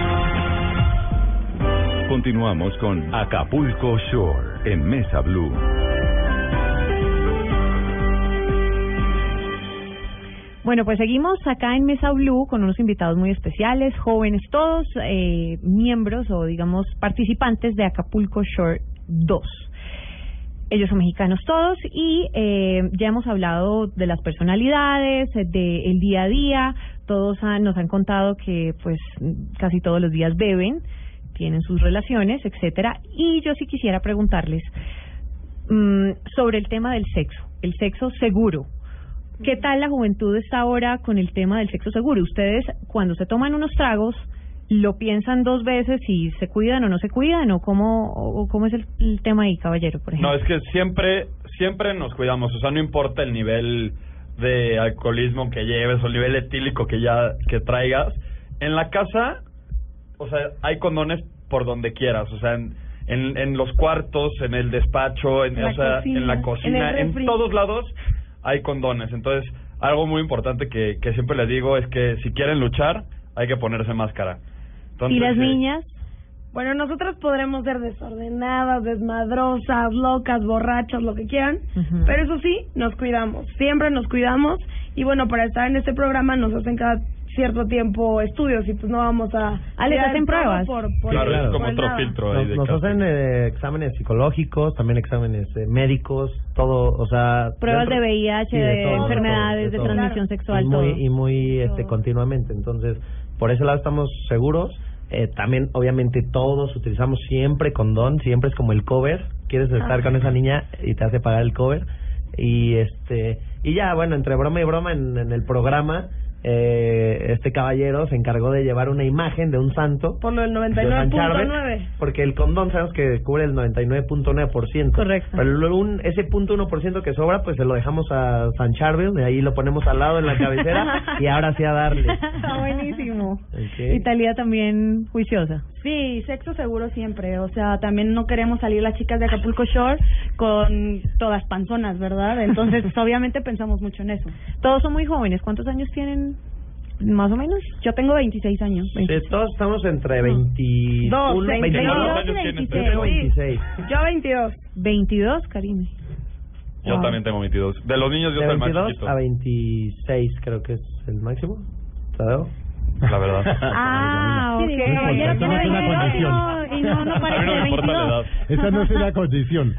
Continuamos con Acapulco Shore en Mesa Blue.
Bueno, pues seguimos acá en Mesa Blue con unos invitados muy especiales, jóvenes todos, eh, miembros o digamos participantes de Acapulco Shore 2. Ellos son mexicanos todos y eh, ya hemos hablado de las personalidades, del día a día. Todos han- nos han contado que pues casi todos los días beben, tienen sus relaciones, etcétera. Y yo sí quisiera preguntarles mm, sobre el tema del sexo, el sexo seguro. ¿Qué tal la juventud está ahora con el tema del sexo seguro? Ustedes, cuando se toman unos tragos, ¿lo piensan dos veces si se cuidan o no se cuidan? ¿O cómo, o cómo es el, el tema ahí, caballero, por ejemplo?
No, es que siempre, siempre nos cuidamos. O sea, no importa el nivel de alcoholismo que lleves o el nivel etílico que ya que traigas. En la casa, o sea, hay condones por donde quieras. O sea, en, en, en los cuartos, en el despacho, en,
En la
o sea,
cocina,
en la
en
cocina,
el
en,
refri.
todos lados hay condones. Entonces, algo muy importante que, que siempre les digo es que si quieren luchar, hay que ponerse máscara. Entonces, eh,
niñas?
Bueno, nosotras podremos ser desordenadas, desmadrosas, locas, borrachas, lo que quieran,
Ujú.
pero eso sí, nos cuidamos, siempre nos cuidamos y bueno, para estar en este programa nos hacen cada cierto tiempo estudios y pues no vamos a...
Ah, ¿les
tirar
hacen
todo
pruebas?
Por, por-
Claro, es
Claro.
como
Pues
otro
nada.
filtro. ahí
Nos,
de
nos
café.
hacen eh, exámenes psicológicos, también exámenes eh, médicos, todo, o sea...
Pruebas
dentro-
de VIH,
Sí,
de,
todo, todo,
enfermedades, de,
todo.
transmisión sexual,
y muy,
todo.
y muy este, continuamente. Entonces, por ese lado estamos seguros. Eh, también, obviamente, todos utilizamos siempre condón, siempre es como el cover. Quieres estar
Ah.
con esa niña y te hace pagar el cover. Y este y ya, bueno, entre broma y broma en, en el programa, eh, este caballero se encargó de llevar una imagen de un santo.
Por lo del
de San Charbel,
99.9.
porque el condón sabemos que cubre el 99.9%. Correcto. Pero lo- un, ese punto 1% que sobra, pues se lo dejamos a San Charbel, de ahí lo ponemos al lado en la cabecera y ahora sí a darle.
Está buenísimo.
Ok.
Italia también juiciosa.
Sí, sexo seguro siempre. O sea, también no queremos salir las chicas de Acapulco Shore con todas panzonas, ¿verdad? Entonces, pues, obviamente pensamos mucho en eso.
Todos son muy jóvenes. ¿Cuántos años tienen? Más o menos.
Yo tengo 26 años.
Sí, todos estamos entre 21
Dos, veinte-
22,
veintidós, ¿Cuántos años tienes? veintiséis.
Yo tengo 26.
Yo 22.
22, Karine.
Yo
Ah.
Wow.
también tengo 22. De los niños yo
De
soy el más
22
chiquito.
a 26 creo que es el máximo. ¿Sabes?
La verdad.
Ah, ok. Caballero tiene
Esa no es una
22
condición.
y no, no parece de 22.
Esa no es la condición.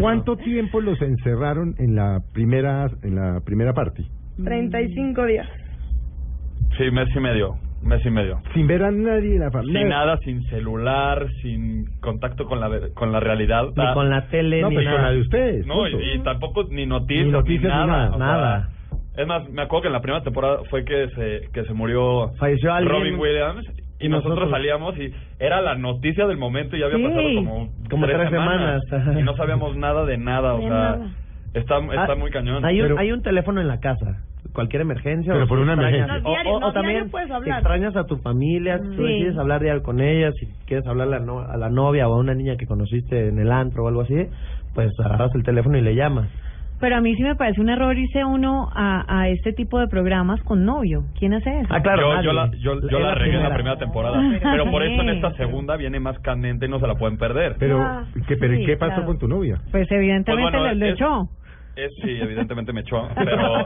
¿Cuánto tiempo los encerraron en la primera en la primera parte?
35 días.
Sí, mes y medio. Mes y medio.
Sin ver a nadie de la familia.
Sin nada, sin celular, sin contacto con la ver- con la realidad.
Ni con la tele,
No,
ni
pues
nada.
con la de
ustedes.
No, y, y tampoco ni noticias,
Ni
ni,
noticias, ni
nada.
nada,
o sea,
nada.
es más, me acuerdo que en la primera temporada fue que se, que se murió
Falleció alguien.
Robin Williams y
Y
nosotros,
nosotros.
salíamos y era la noticia del momento y ya había
Sí.
pasado como,
Como tres semanas.
y no sabíamos nada de nada, o
De
sea,
nada.
está está
Ah,
muy cañón.
Hay un,
Pero-
hay un teléfono en la casa. Cualquier emergencia.
Pero
o
por
si
una
extrañas-
emergencia. No,
o-
diario,
o-
no,
o
diario
también
puedes
si
hablar.
extrañas a tu familia, si tú
Sí.
decides hablar diario con ella, si quieres hablarle a, no- a la novia o a una niña que conociste en el antro o algo así, pues agarras el teléfono y le llamas.
Pero a mí sí me parece un error irse uno a, a este tipo de programas con novio. ¿Quién hace eso?
Yo- yo,
nadie.
la, yo,
Ah,
yo
Es
la
la
regué en la
primera.
primera temporada.
Ah,
Pero por
sí.
eso en esta segunda viene más candente y no se la pueden perder.
Pero,
Ah,
¿qué, pero
sí,
¿qué pasó
claro.
con tu novia?
Pues evidentemente
Pues bueno,
lo, lo
es-
echó.
Eh, sí, evidentemente me echó. Pero.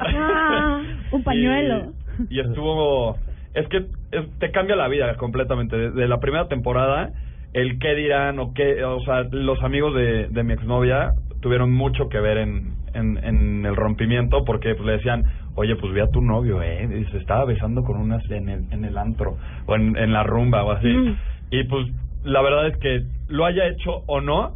un pañuelo.
Y, y estuvo. Es que es- te cambia la vida completamente. De, de la primera temporada, el qué dirán o qué. O sea, los amigos de, de mi exnovia tuvieron mucho que ver en, en, en el rompimiento porque pues, le decían. Oye, pues ve a tu novio, ¿eh? Y se estaba besando con unas en el, en el antro o en, en la rumba o así. Y pues la verdad es que lo haya hecho o no,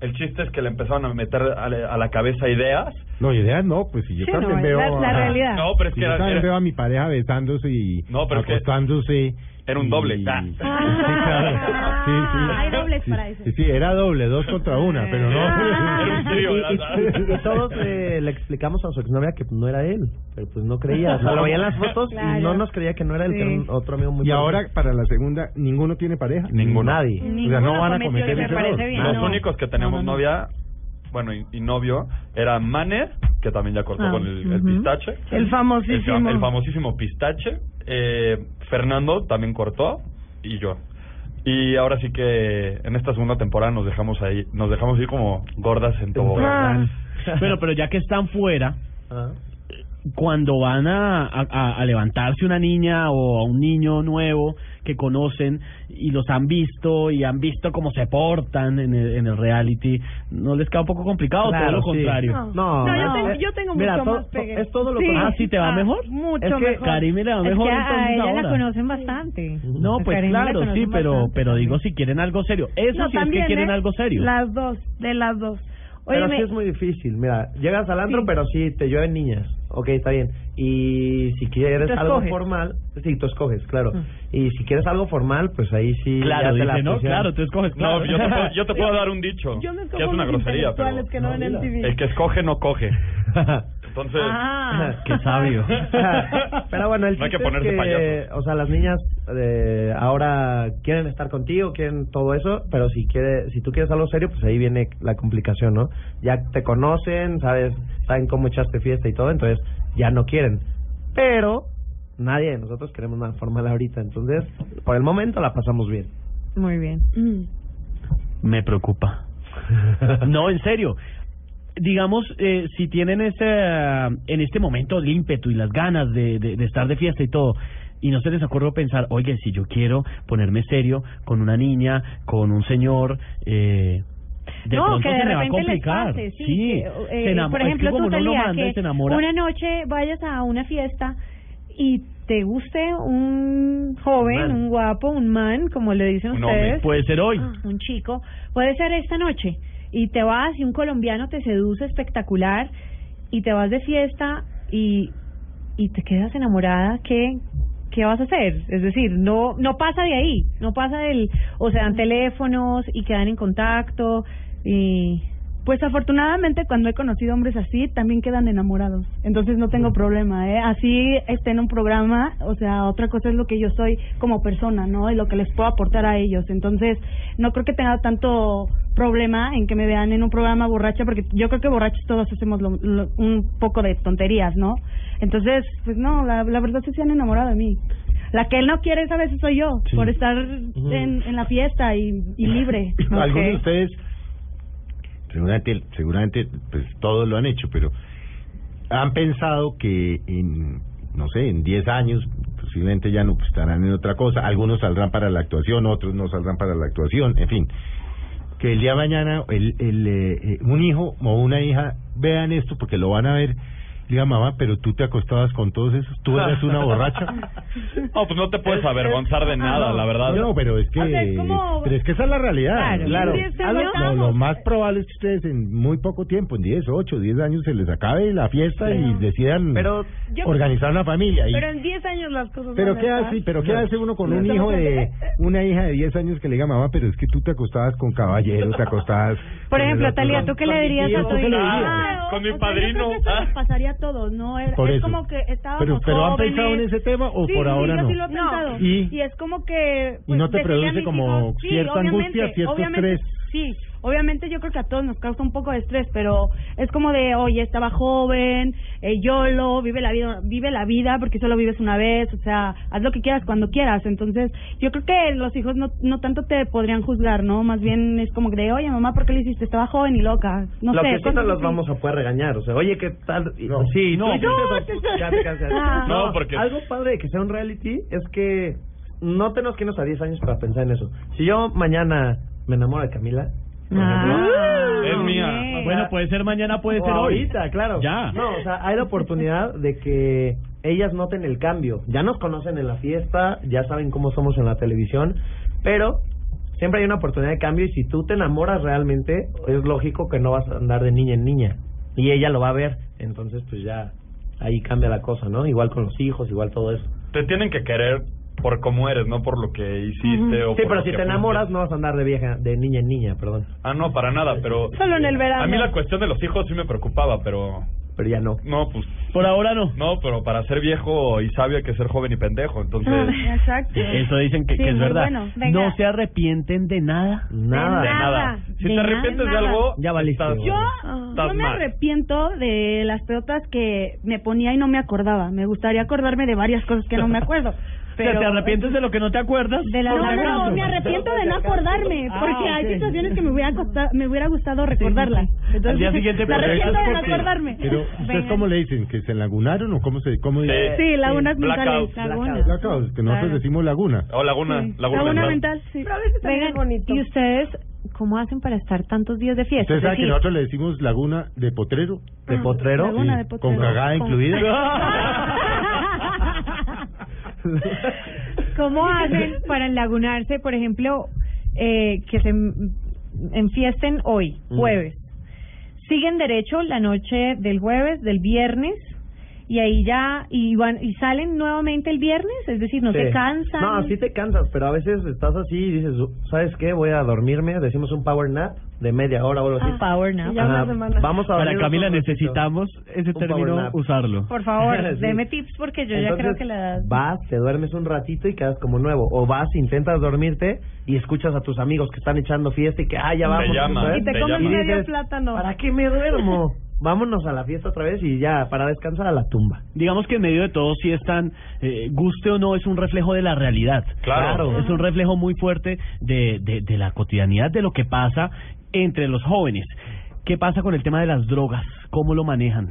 el chiste es que le empezaron a meter a la- a la cabeza ideas
No, idea no, pues si yo
Sí,
también
no, es
veo
la- la
a,
Ah.
realidad. No, pero es
si
que
yo
era-
también
era-
veo a mi pareja besándose y
No, pero es que-
acostándose
Era un doble.
Sí,
Ah.
sí.
Hay dobles para eso.
Sí, sí, era doble, dos contra una, pero no.
Y, y- y- y todos eh, le explicamos a su exnovia que no era él, pero pues no creía. O sea, lo veía en las fotos y no nos creía que no era él, que era un- otro amigo muy
Y
cercano.
ahora, para la segunda, ¿ninguno tiene pareja?
Ninguno. Nadie.
O sea, no van a cometer ese error.
Los únicos que teníamos novia, bueno, y, y novio, era Maner, que también ya cortó
Ah,
con el, el
ujú.
pistache.
El famosísimo.
El, fa- el famosísimo pistache. Eh, Fernando también cortó y yo. Y ahora sí que en esta segunda temporada nos dejamos ahí, nos dejamos ir como gordas en
Ah,
tobogán.
Bueno, pero ya que están fuera,
Ah.
cuando van a, a- a levantarse una niña o a un niño nuevo que conocen y los han visto y han visto cómo se portan en el, en el reality, ¿no les queda un poco complicado o todo
Claro,
lo
sí.
contrario?
No,
No, yo
no.
tengo- yo tengo
Mira,
mucho
to-
más pegue.
to- es todo lo
Sí.
contrario.
Ah, ¿sí te va
Ah,
mejor?
mucho
Es que
mejor.
Karime le va
Es que
mejor
a
entonces
ella
ahora.
la conocen bastante.
No,
A
pues
Karime la
claro, sí,
conocen
pero
bastante.
pero digo si quieren algo serio. Eso
No,
sí es
también,
que quieren
¿eh?
algo serio.
Las dos, de las dos.
Pero
Óyeme,
sí es muy difícil. Mira, llegas al antro, pero sí te llueven niñas. Ok, está bien. Y si quieres
Tú
algo
escoges. Mm.
formal, sí, tú escoges, claro. Y si quieres algo formal, pues ahí sí.
Claro,
ya te la
dice, ¿no?
pusieron.
Claro, tú escoges,
No,
claro.
yo te puedo, yo te puedo dar un dicho,
yo me escojo
que es una
los
grosería, pero
intelectuales que no ven
mira,
MTV.
el que escoge no coge. Entonces,
Ah.
Qué sabio.
Pero bueno, el
No hay que
chiste es
ponerse payasos.
O sea, las niñas eh, ahora quieren estar contigo, quieren todo eso, pero si quiere, si tú quieres algo serio, pues ahí viene la complicación, ¿no? Ya te conocen, sabes, saben cómo echaste fiesta y todo, entonces ya no quieren. Pero nadie de nosotros queremos nada formal ahorita, entonces por el momento la pasamos bien.
Muy bien.
Me preocupa. No, en serio. Digamos, eh, si tienen ese, ah, en este momento el ímpetu y las ganas de, de, de estar de fiesta y todo, y no se les ocurrió pensar, oye, si yo quiero ponerme serio con una niña, con un señor, eh, de
no,
pronto
que de
se le va a
repente les
complicar.
pase, sí.
sí,
que, eh,
se enamo-
por
es que
ejemplo,
como
tú
no lo
Talía,
manda y
que
se enamora.
una noche vayas a una fiesta y te guste un joven,
Man.
un guapo, un man, como le dicen
Un hombre.
ustedes.
Puede ser hoy.
Ah, Un chico. Puede ser esta noche. Y te vas y un colombiano te seduce espectacular y te vas de fiesta y, y te quedas enamorada. ¿Qué, ¿Qué vas a hacer? Es decir, no no pasa de ahí. No pasa del... O se dan teléfonos y quedan en contacto y...
Pues afortunadamente cuando he conocido hombres así también quedan enamorados. Entonces no tengo problema, ¿eh? Así esté en un programa, o sea, otra cosa es lo que yo soy como persona, ¿no? Y lo que les puedo aportar a ellos. Entonces no creo que tenga tanto problema en que me vean en un programa borracha, porque yo creo que borrachos todos hacemos lo- lo- un poco de tonterías, ¿no? Entonces, pues no, la, la verdad sí se han enamorado de mí. La que él no quiere es a veces soy yo, por estar en, en la fiesta y, y libre.
Algunos de ustedes, seguramente, seguramente, pues todos lo han hecho, pero han pensado que en, no sé, en 10 años posiblemente ya no pues, estarán en otra cosa. Algunos saldrán para la actuación, otros no saldrán para la actuación, en fin. Que el día de mañana el, el, eh, eh, un hijo o una hija vean esto porque lo van a ver. Diga, mamá, pero tú te acostabas con todos esos, tú eras una borracha.
no, pues no te puedes avergonzar de nada, la verdad.
No, pero es que,
O sea, es como-
pero es que esa es la realidad.
Claro,
Claro.
sí, es que
Algo-
no-
lo, lo más probable es que ustedes en muy poco tiempo, en 10, 8, 10 años, se les acabe la fiesta y decidan
Yo-
organizar una familia. Y-
Pero en 10 años las cosas
pero
van a
qué
estar.
hace, pero qué hace uno con
No
un
estamos
hijo de
hablando-
una hija de 10 años que le diga mamá, pero es que tú te acostabas con caballeros, te acostabas.
Por
con
ejemplo,
el otro
Talia,
lado.
¿tú qué le dirías a tu
¿Tú qué le
hija?
dirías?
Claro,
Con mi
o sea, yo
padrino,
creo que eso
ah.
nos pasaría a todos, ¿no? Era-
Por
es
eso.
como que estábamos
Pero- pero ¿han
jóvenes.
pensado en ese tema o
Sí,
por
sí,
ahora
yo
no?
sí lo he pensado.
¿Y?
¿Y? es como que...
¿Y no te
decirle a
produce
mis
como
hijos- sí,
cierta
obviamente,
angustia, cierto
obviamente,
estrés?
Sí, obviamente yo creo que a todos nos causa un poco de estrés, pero es como de, oye, estaba joven, eh, YOLO, vive la vida, vive la vida porque solo vives una vez, o sea, haz lo que quieras cuando quieras. Entonces, yo creo que los hijos no, no tanto te podrían juzgar, ¿no? Más bien es como que de, oye, mamá, ¿por qué le hiciste? Estaba joven y loca. No
lo
sé.
que sí no
cosas
los
así.
vamos a poder regañar. O sea, oye, ¿qué tal? Y- Sí, no.
No,
hiciste
no,
eso.
te-
pues, Ya te cansé.
Ah.
No, porque... Algo padre de que sea un reality es que no tenemos que irnos a 10 años para pensar en eso. Si yo mañana me enamoro de Camila... por
Ah,
ejemplo,
Es mía. Bueno,
pues,
puede ser mañana, puede
o
ser hoy.
ahorita, claro.
Ya.
No, o sea, hay la oportunidad de que ellas noten el cambio. Ya nos conocen en la fiesta, ya saben cómo somos en la televisión, pero siempre hay una oportunidad de cambio y si tú te enamoras realmente, es lógico que no vas a andar de niña en niña. Y ella lo va a ver, entonces pues ya ahí cambia la cosa, ¿no? Igual con los hijos, igual todo eso.
Te tienen que querer por cómo eres, no por lo que hiciste o
Sí,
por
pero
lo
si
que
te
fuiste.
enamoras no vas a andar de vieja, de niña en niña, perdón.
Ah, no, para nada, pero...
Solo en el verano.
A mí la cuestión de los hijos sí me preocupaba, pero...
Pero ya no.
No, pues...
Por ahora no.
No, pero para ser viejo y sabio hay que ser joven y pendejo, entonces...
Exacto.
Eso dicen que,
Sí,
que es
muy
verdad.
bueno. Venga.
No se arrepienten de nada.
Nada. De
Ah,
nada. Si te arrepientes de algo,
ya valiste.
Yo,
estás
yo me
mal.
arrepiento de las pelotas que me ponía y no me acordaba. Me gustaría acordarme de varias cosas que no me acuerdo.
O sea,
Pero
¿te arrepientes de lo que no te acuerdas?
de la- no, no, me arrepiento de no acordarme,
Ah,
porque hay
ok.
situaciones que me hubiera, costa- me hubiera gustado recordarlas. Entonces,
Al día siguiente,
me
pero
arrepiento
eso
de
es
no
porque-
acordarme.
Pero, ¿ustedes
Venga.
cómo le dicen? ¿Que se lagunaron o cómo se cómo dicen?
Sí, lagunas mentales.
Blackout.
Lagunas.
Blackout, que nosotros
Claro.
decimos laguna.
O laguna,
Sí.
laguna,
Laguna
mental.
mental, sí.
Vengan, ¿y ustedes cómo hacen para estar tantos días de fiesta?
Ustedes
Es
saben que
decir,
nosotros le decimos laguna de potrero.
¿De potrero?
Laguna
Sí,
Ah, de potrero.
Con cagada
Con-
incluida.
¿Cómo hacen para enlagunarse, por ejemplo, eh, que se en- enfiesten hoy,
Mm.
jueves? Siguen derecho la noche del jueves, del viernes, y ahí ya, y, van, y salen nuevamente el viernes, es decir, no
Sí.
se cansan.
No, sí te cansas, pero a veces estás así y dices, ¿sabes qué? Voy a dormirme, decimos un power nap de media hora o algo así.
Ah, power nap. Y ya
Ajá,
una semana.
Vamos a
Para
dormirnos
Camila
un ratito.
necesitamos ese
Un power
término
nap.
usarlo.
Por favor,
Sí.
deme tips porque yo ya
Entonces,
creo que la...
Vas, te duermes un ratito y quedas como nuevo. O vas, intentas dormirte y escuchas a tus amigos que están echando fiesta y que, ah, ya
Te
vamos.
llaman,
¿sabes?
Y te te comes llaman.
medio
dices,
plátano.
¿Para qué me duermo? Vámonos a la fiesta otra vez y ya, para descansar a la tumba.
Digamos que en medio de todo, si están, eh, guste o no, es un reflejo de la realidad.
Claro.
Es un reflejo muy fuerte de, de, de la cotidianidad, de lo que pasa entre los jóvenes. ¿Qué pasa con el tema de las drogas? ¿Cómo lo manejan?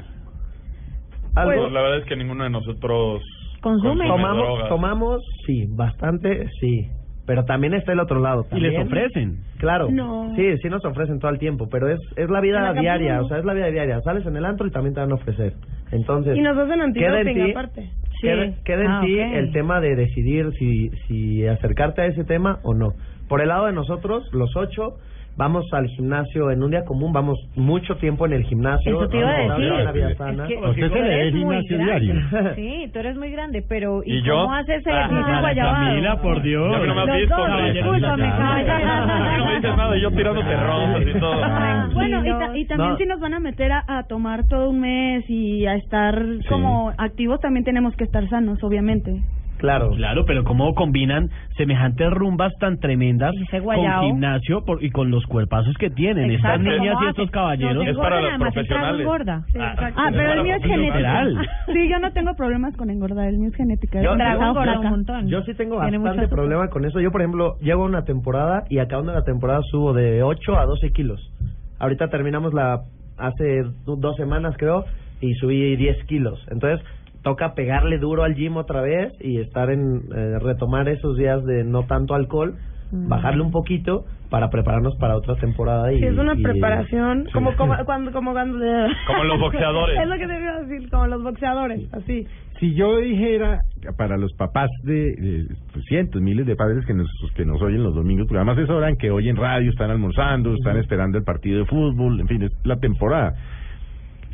Pues,
Algo-
la verdad es que ninguno de nosotros
Consume.
tomamos,
tomamos, tomamos, sí, bastante, sí. Pero también está el otro lado.
Y les
también-
ofrecen.
Claro.
No.
Sí, sí nos ofrecen todo el tiempo, pero es es la vida
En Acapulco
diaria,
no.
o sea, es la vida diaria. Sales en el antro y también te van a ofrecer. Entonces,
Y nos hacen
queda en
antidoping
ti,
aparte.
queda, queda en
Ah,
ti
ok.
el tema de decidir si si acercarte a ese tema o no. Por el lado de nosotros, los ocho vamos al gimnasio en un día común, vamos mucho tiempo en el gimnasio.
Eso te iba a
vamos
decir.
la vida
Es
sana.
que
Usted
tú
se le
eres
ve
muy
gimnasio
grande.
diario.
Sí, tú eres muy grande, pero ¿y,
¿Y yo?
cómo haces ese
Ah,
ejercicio
Mara
guayabado?
Camila, por Dios.
Ya que no me has
Los
visto,
dos,
hombre.
discúlpame, caballero.
A mí no me dices nada y yo tirándote rosas y todo.
Ah.
Bueno, y, ta- y también
No.
si nos van a meter a, a tomar todo un mes y a estar como activos, también tenemos que estar sanos, obviamente.
Claro.
Claro, pero cómo combinan semejantes rumbas tan tremendas
Y ese
con
guayao.
gimnasio por- y con los cuerpazos que tienen estas
Exacto,
niñas
¿cómo
y
haces?
estos caballeros.
Es para los profesionales.
Gorda.
Ah, pero el mío es genética.
Literal.
Sí, yo no tengo problemas con engordar, el mío es genética.
Yo- yo-
Es trabajo
engorda
flaca.
un montón.
Yo sí tengo
Tiene mucho
bastante
azúcar.
problema con eso. Yo, por ejemplo, llevo una temporada y acabando la temporada subo de 8 a 12 kilos. Ahorita terminamos la hace du- dos semanas, creo, y subí 10 kilos. Entonces, toca pegarle duro al gym otra vez y estar en eh, retomar esos días de no tanto alcohol, bajarle un poquito para prepararnos para otra temporada. Y,
Sí, es una
y-
preparación,
Sí.
como, como cuando como cuando
Como los boxeadores.
es lo que te iba a decir, como los boxeadores, así.
Si yo dijera para los papás de, de, pues, cientos, miles de padres que nos, que nos oyen los domingos, porque además es hora en que oyen radio, están almorzando, están esperando el partido de fútbol, en fin, es la temporada.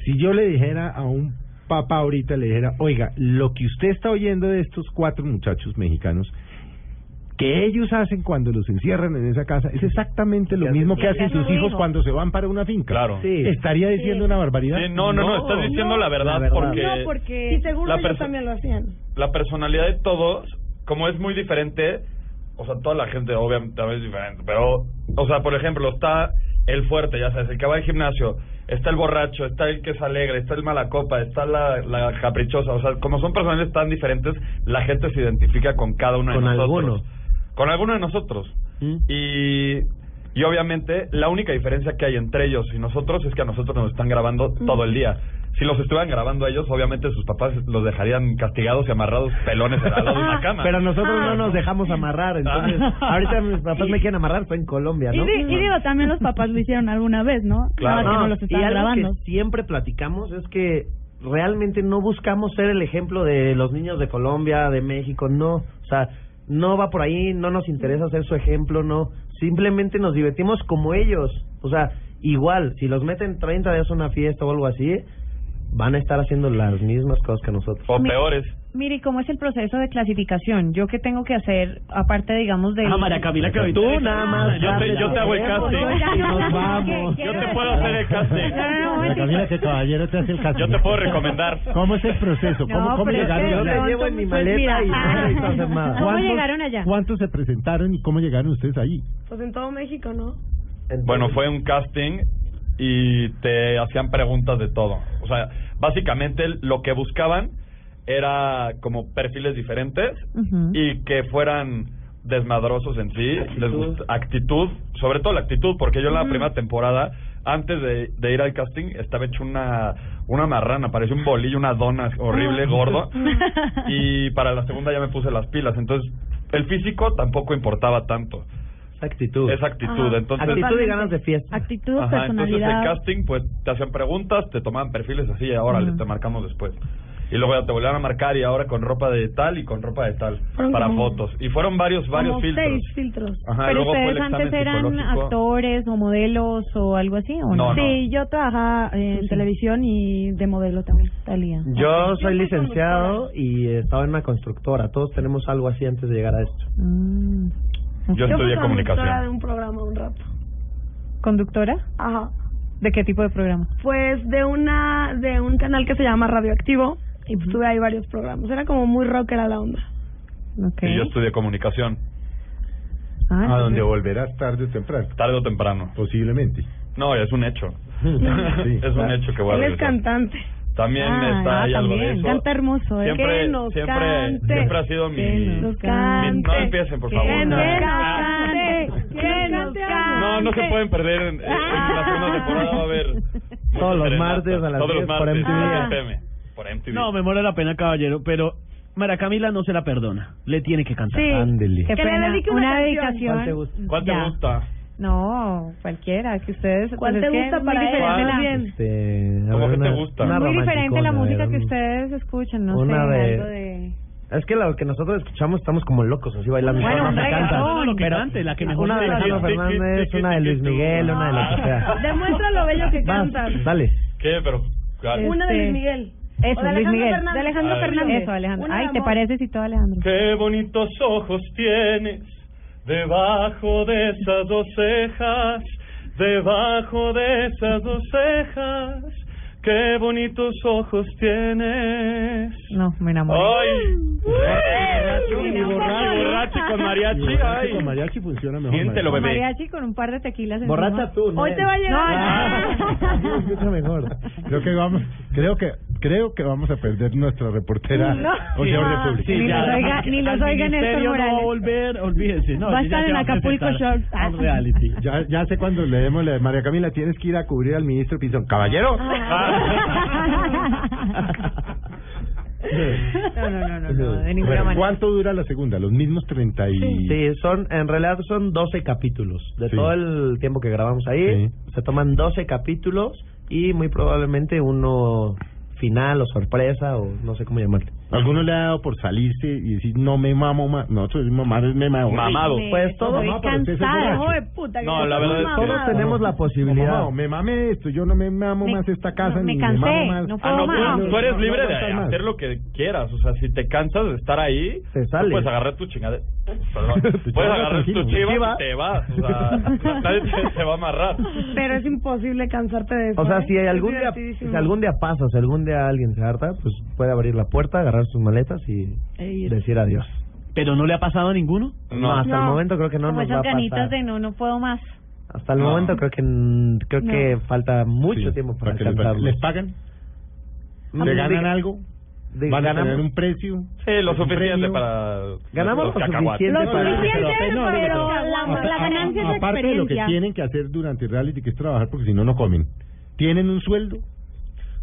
Si yo le dijera a un papá ahorita, le dijera, oiga, lo que usted está oyendo de estos cuatro muchachos mexicanos, que ellos hacen cuando los encierran en esa casa, es exactamente lo mismo que hacen sus hijos cuando se van para una finca.
Claro.
Sí.
¿Estaría diciendo una barbaridad?
Sí, no, no, no, estás diciendo la verdad,
la verdad.
porque...
No, porque sí, seguro
la
ellos
perso-
también lo hacían.
la personalidad de todos, como es muy diferente, o sea, toda la gente obviamente también es diferente, pero, o sea, por ejemplo, está el fuerte, ya sabes, el que va al gimnasio, está el borracho, está el que es alegre, está el mala copa, está la, la caprichosa, o sea, como son personalidades tan diferentes, la gente se identifica con cada uno de
Con
nosotros.
alguno.
Con alguno de nosotros.
¿Mm?
Y, y obviamente la única diferencia que hay entre ellos y nosotros es que a nosotros nos están grabando
Mm.
todo el día. Si los estuvieran grabando a ellos, obviamente sus papás los dejarían castigados y amarrados pelones al lado de
Ah,
una cama.
Pero nosotros
Ah,
no nos dejamos amarrar, entonces
Ah.
ahorita mis papás me quieren amarrar, pues. fue en Colombia,
Y,
¿no?
di- y digo, también los papás lo hicieron alguna vez, ¿no?
Claro.
Nada más que
No,
no los
Ah, y
estaban
algo
grabando.
que siempre platicamos es que realmente no buscamos ser el ejemplo de los niños de Colombia, de México, no. O sea, no va por ahí, no nos interesa ser su ejemplo, no. Simplemente nos divertimos como ellos. O sea, igual, si los meten
Oh,
30 días a una fiesta o algo así, van a estar haciendo las mismas cosas que nosotros.
O peores.
Mire, ¿cómo es el proceso de clasificación? ¿Yo qué tengo que hacer, aparte, digamos, de...
Ah, María Camila, que ahorita-
Tú nada más.
Yo
date
te- yo
la
te hago el
pelea,
casting.
pues,
Yo ya-
Nos vamos.
Yo te puedo hacer el casting.
María
Camila, que caballero te hace el casting. Yo te puedo
recomendar.
¿Cómo es el proceso? ¿Cómo,
No,
cómo
pero es
llegaron?
que
allá?
yo la llevo en mi Pues maleta mira, y no ajá. necesito hacer nada. ¿Cómo
¿Cuántos-
llegaron allá?
¿Cuántos se presentaron y cómo llegaron ustedes ahí?
Pues en todo México, ¿no?
Bueno, fue un casting y te hacían preguntas de todo. O sea, básicamente lo que buscaban era como perfiles diferentes y que fueran desmadrosos en sí, les gust- actitud, sobre todo la actitud, porque yo en la primera temporada, antes de, de ir al casting, estaba hecho una, una marrana, parecía un bolillo, una dona horrible, gordo, y para la segunda ya me puse las pilas, entonces el físico tampoco importaba tanto.
Esa actitud.
Esa actitud,
Ajá.
entonces...
Actitud y ganas de fiesta.
Actitud,
Ajá, entonces el
personalidad.
casting, pues te hacían preguntas, te tomaban perfiles así, y ahora
Ujú.
te marcamos después. Y luego ya te volvían a marcar y ahora con ropa de tal y con ropa de tal
Fueron
para
como-
fotos. Y fueron varios, varios
como
filtros. Ah,
seis filtros.
Ajá,
Pero
luego fue el
ustedes antes
examen
eran
psicológico.
actores o modelos o algo así, ¿o no?
No, no.
Sí, yo trabajaba en televisión y de modelo también.
Talía.
Yo soy licenciado y estaba en una constructora. Todos tenemos algo así antes de llegar a esto.
Ah.
Yo
fui
estudié
conductora de
comunicación.
un programa un rato.
¿Conductora?
Ajá.
¿De qué tipo de programa?
Pues de una de un canal que se llama Radioactivo y pues tuve ahí varios programas. Era como muy rockera la onda.
Y yo
Ah,
ah, estudié comunicación,
a donde volverás tarde o temprano.
tarde o temprano.
Posiblemente.
No, es un hecho.
Sí.
es un hecho que voy a
Él es
regresar.
cantante.
También
Ah,
está
ah,
ahí algo de
también.
eso.
Canta hermoso, ¿eh?
Siempre,
Que nos
siempre,
cante.
siempre ha sido mi...
Que nos
mi-
cante.
No empiecen, por favor.
Que nos
Ah.
cante. Que nos cante.
No, no se pueden perder. En, en la segunda temporada va a haber.
Todos los
serenata.
martes a las
Todos
10
los
por
martes
MTV.
por FM. Por MTV.
No, me muere la pena, caballero, pero Mara Camila no se la perdona. Le tiene que cantar.
Sí.
Ándele.
Qué pena.
dedique una
una, dedicación.
canción.
¿Cuál te gusta?
¿Cuál te
Ya.
gusta?
No, cualquiera, que ustedes...
¿Cuál
pues
te
es que
gusta
muy
para
diferente
él?
la-
Bien.
Este, a
¿Cómo
ver,
que te
una-
gusta?
una
Muy diferente
romanticona,
la música
a ver,
que
un-
ustedes escuchan, no
Una
sé,
de-
algo de...
Es que los que nosotros escuchamos estamos como locos, así bailando.
Bueno,
Todos
un
nos encantan.
reggaetón.
Lo que cante, la que mejor
Una de
le
Alejandro
guste.
Fernández, una de Luis Miguel, una de lo que sea.
Demuestra lo bello que
Vas,
Ah.
cantan.
dale.
¿Qué? Pero. ¿cuál?
Una de
Este,
Luis Miguel.
Eso,
O de
Luis
Alejandro
Miguel.
Fernández.
De Alejandro
Ah,
Fernández. Eso, Alejandro.
Una de
Ay, ¿te
amor.
pareces y todo, Alejandro?
Qué bonitos ojos tienes debajo de esas dos cejas, debajo de esas dos cejas. Qué bonitos ojos tienes.
No, me enamoré.
Ay,
Ni
y borracho,
borracho.
borracho con mariachi,
Borracho
ay.
Con mariachi funciona mejor.
Siéntelo,
mariachi.
bebé.
Mariachi con un par de tequilas en
Borracha tú, ¿no?
Hoy te va a llegar.
No, no.
Escucha mejor.
Creo que vamos, creo que, creo que vamos a perder nuestra reportera
No.
Oseable Pública.
Sí, Ni los
ya.
oiga- ni los
Al
oiga Néstor
ministerio no va a
Morales.
volver, olvídese. No,
Va a
ella
estar
se
en
va a
Acapulco
presentar
Shore.
a un reality.
Ya, ya sé cuando le demos la de María Camila, tienes que ir a cubrir al ministro Pinzón. Caballero.
No, no, no, no, no, de ninguna
Bueno,
manera.
¿Cuánto dura la segunda? Los mismos 30 y...
Sí, son, en realidad son 12 capítulos. De
Sí.
todo el tiempo que grabamos ahí, se toman 12 capítulos y muy probablemente uno final o sorpresa o no sé cómo llamarle.
¿Alguno le ha dado por salirse y decir, no me mamo más? No, soy mamar, me mamo.
Mamado.
Pues todos,
Estoy cansada.
Hijo de puta. que
No,
te
la
estás
verdad es que-
pues
mamando.
todos tenemos la posibilidad.
No, me mamé esto, yo no me mamo
Me-
más esta casa.
no, me
ni
cansé,
me mamo más.
no puedo
Ah, no,
más.
tú-
no,
tú eres libre
no
de
aguantas más.
hacer lo que quieras. O sea, si te cansas de estar ahí,
Se
Pues
tú
sale.
puedes agarrar tu chingada. Perdón.
Tu
puedes
chingada,
agarrar
tranquilo.
tu chiva,
Chiva.
y te vas. O sea, nadie te, te va a amarrar.
Pero es imposible cansarte de eso.
O sea,
¿eh?
si
Es
algún día,
divertidísimo.
si algún día pasa, si algún día alguien se harta, pues puede abrir la puerta, agarrar sus maletas y
Ey,
decir adiós.
¿Pero no le ha pasado a ninguno?
No, hasta el
No.
momento creo que no
Como
nos va
esas
a
ganitas
pasar.
de no, no puedo más.
Hasta el
No.
momento creo que mm, creo
No.
que falta mucho
Sí,
tiempo para
que les-
alcanzarlo.
¿Les pagan? ¿Le ganan algo?
De-
¿Van a
ganamos-
tener un precio?
Sí, lo
¿Un
suficiente
premio?
para.
Ganamos
los
lo
cacahuates.
suficiente
No,
para...
no,
suficiente,
no, no,
pero
no,
la-
apa-
la
a-
ganancia es la
Aparte de lo que
experiencia.
tienen que hacer durante el reality, que es trabajar, porque si no, no comen. ¿Tienen un sueldo?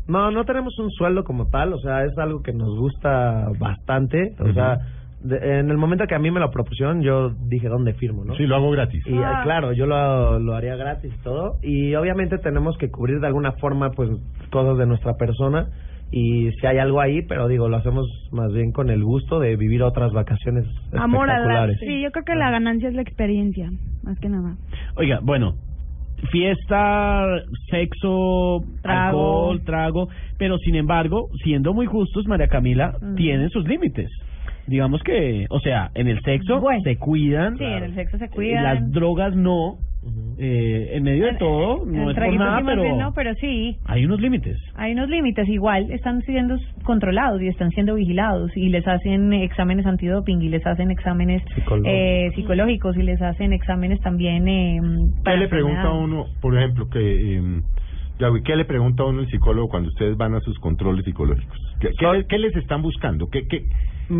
No, no tenemos un sueldo como tal, o sea, es algo que nos gusta bastante, o sea, de- en el momento que a mí me lo propusieron, yo dije dónde firmo, ¿no?
Sí, lo hago gratis.
Y eh,
Ah.
claro, yo lo, lo haría gratis y todo. Y obviamente tenemos que cubrir de alguna forma, pues, cosas de nuestra persona. Y si hay algo ahí, pero digo, lo hacemos más bien con el gusto de vivir otras vacaciones
Amor al
espectaculares.
arte.
Sí, yo creo que la ganancia es la experiencia, más que nada.
Oiga, bueno, fiesta, sexo,
Trago.
alcohol, trago, pero sin embargo, siendo muy justos, María Camila,
Ujú.
tienen sus límites. Digamos que, o sea, en el sexo se cuidan,
Sí, en el sexo se
eh,
cuidan.
las drogas no, eh, en medio de todo,
El
no es por
traguito
nada,
sí, más
pero
bien no, pero sí,
hay unos límites.
hay unos límites. Igual están siendo controlados y están siendo vigilados y les hacen exámenes antidoping y les hacen exámenes eh, psicológicos y les hacen exámenes también eh,
¿Qué
para
le pregunta a
enfermedades.
uno, por ejemplo, que eh, Yagüi, ¿qué le pregunta a uno el psicólogo cuando ustedes van a sus controles psicológicos? ¿Qué, qué- qué les están buscando? ¿Qué, qué,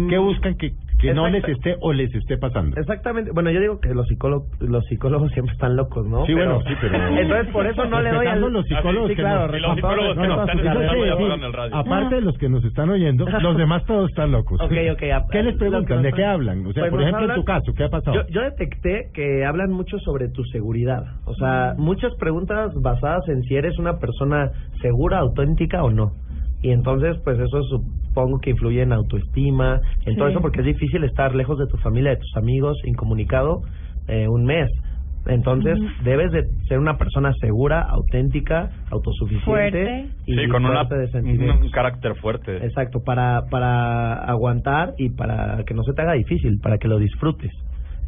qué buscan que, que no les
Exacto.
esté o les esté pasando?
Exactamente. Bueno, yo digo que los psicólogos, los psicólogos siempre están locos, ¿no?
Sí, bueno, sí, pero-
Entonces, por eso no le doy a
Respetando los psicólogos
Sí,
que
claro,
nos-
respetando-
Y los psicólogos que
no,
nos
no,
están
sí,
escuchando
sí,
y
sí.
apagaron el radio. Aparte de los que nos están oyendo, los demás todos están locos.
Ok, ok.
pues, ¿Qué les preguntan? ¿De qué hablan? O sea, por ejemplo, en tu caso.
¿qué ha pasado? pues Yo, yo detecté que hablan mucho sobre tu seguridad. O
Mm.
sea, muchas preguntas basadas en si eres una persona segura, auténtica o no. Y entonces, pues eso supongo que influye en autoestima, en todo
Sí.
eso, porque es difícil estar lejos de tu familia, de tus amigos, incomunicado eh, un mes. Entonces,
Mm.
Ujú.
debes de ser una persona segura, auténtica, autosuficiente.
Fuerte.
Y
Sí, con una-
fuerte de sentimientos.
un carácter fuerte.
Exacto, para, para aguantar y para que no se te haga difícil, para que lo disfrutes.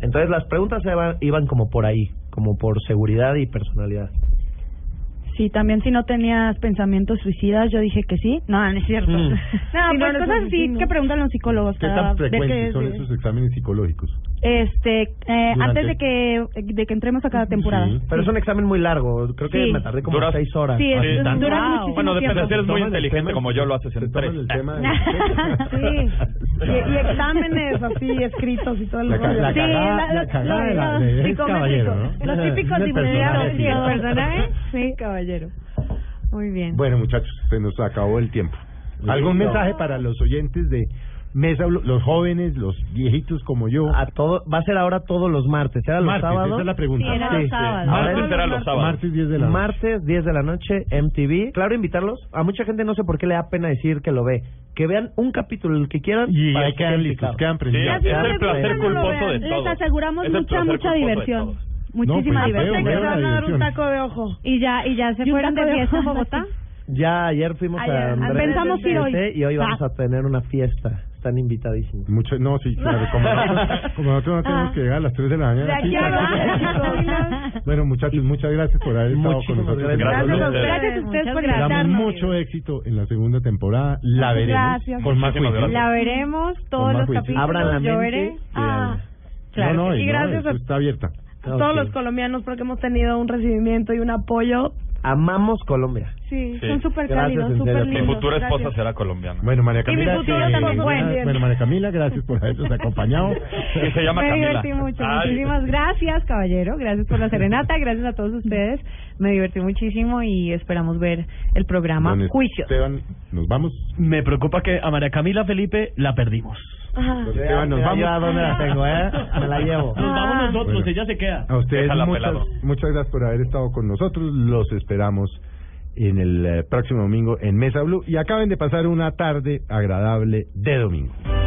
Entonces las preguntas se van- iban como por ahí, como por seguridad y personalidad.
Sí, también si no tenías pensamientos suicidas, yo dije que sí. No, no es cierto.
Mm.
Sí,
No,
no,
pues
no,
cosas
no,
así
no.
que preguntan los psicólogos.
¿Qué
para
tan
ver qué-
frecuentes son esos exámenes psicológicos?
Este, eh,
Durante-
antes de que de que entremos a cada temporada.
Pero es un examen muy largo, creo que
Sí.
me tardé como
Duras-
seis horas.
Sí, es-
Así
dura
tanto.
muchísimo
Bueno, depende
tiempo.
si eres muy
Toman el
inteligente como yo lo haces en tres.
sí.
Y, y exámenes así escritos y todo el
La ca-
rollo.
la
Sí,
cagada-
la-
la
los-
cagada de la-
los
de- es
psicométricos,
caballero, ¿no?
Los típicos
Es el
diplomados
personaje,
y el
¿no?
personaje.
Sí, caballero. Muy bien.
Bueno, muchachos, se nos acabó el tiempo. ¿Algún
No.
mensaje para los oyentes de Mesa, Blue, los jóvenes, los viejitos como yo?
A todo, va a ser ahora todos los martes, ¿era los
Martes,
sábados?
esa es la pregunta.
Sí, era los sábados.
Martes
Ahora es
era
los
los
martes.
sábados. Martes 10 de la noche.
Martes 10 de la noche, MTV. Claro, invitarlos. A mucha gente no sé por qué le da pena decir que lo ve. Que vean un capítulo, el que quieran. Y
ahí quedan listos, quedan prendidos. Sí, es el placer culposo de
Les
todos.
aseguramos
Es el
mucha
placer
mucha
culposo de
diversión.
todos.
Muchísima
No, pues,
diversión.
veo, veo la diversión.
de ojo.
Y ya y ya se fueron de fiesta en Bogotá.
Ya ayer fuimos
Ayer,
a Andrés
pensamos ir hoy.
Cete Y hoy vamos a tener una fiesta. Están invitadísimos.
Mucho, no, sí, claro, como nosotros, como nosotros no tenemos que llegar a las 3 de la mañana. aquí, Bueno, muchachos, muchas gracias por haber estado con nosotros.
gracias. Gracias a ustedes.
Gracias a ustedes por
Le damos
invitarnos.
mucho éxito en la segunda temporada. La
Muchas
veremos
gracias.
con más
Muchísimas
juicio.
gracias. La veremos todos
Con más
los
juicio.
capítulos,
Abran la
yo
mente
veré.
y
Ah,
No, no,
claro. Y
no,
gracias
esto
a
está abierta.
todos los colombianos porque hemos tenido un recibimiento y un apoyo.
Amamos Colombia.
Sí,
Sí.
son súper
Gracias,
cálidos,
en serio.
súper
Mi
lindos.
futura esposa
Gracias.
Será colombiana.
Bueno, María
Y mi
Camila,
futuro
que-
tampoco fue.
bueno, María Camila, gracias por habernos acompañado.
Y se llama
Me
Camila.
divertí mucho.
Ay.
Muchísimas gracias, caballero. Gracias por la serenata. Gracias a todos ustedes. Me divertí muchísimo y esperamos ver el programa
Don
Juicios.
Esteban, nos vamos.
Me preocupa que a María Camila Felipe la perdimos.
Ah.
Esteban, nos vamos.
Yo a dónde la tengo, ¿eh?
Me la llevo.
Nos vamos nosotros,
Bueno.
ella se queda.
A ustedes
Déjala
muchas,
pelado.
muchas gracias por haber estado con nosotros. Los esperamos en el eh, próximo domingo en Mesa Blue y acaben de pasar una tarde agradable de domingo.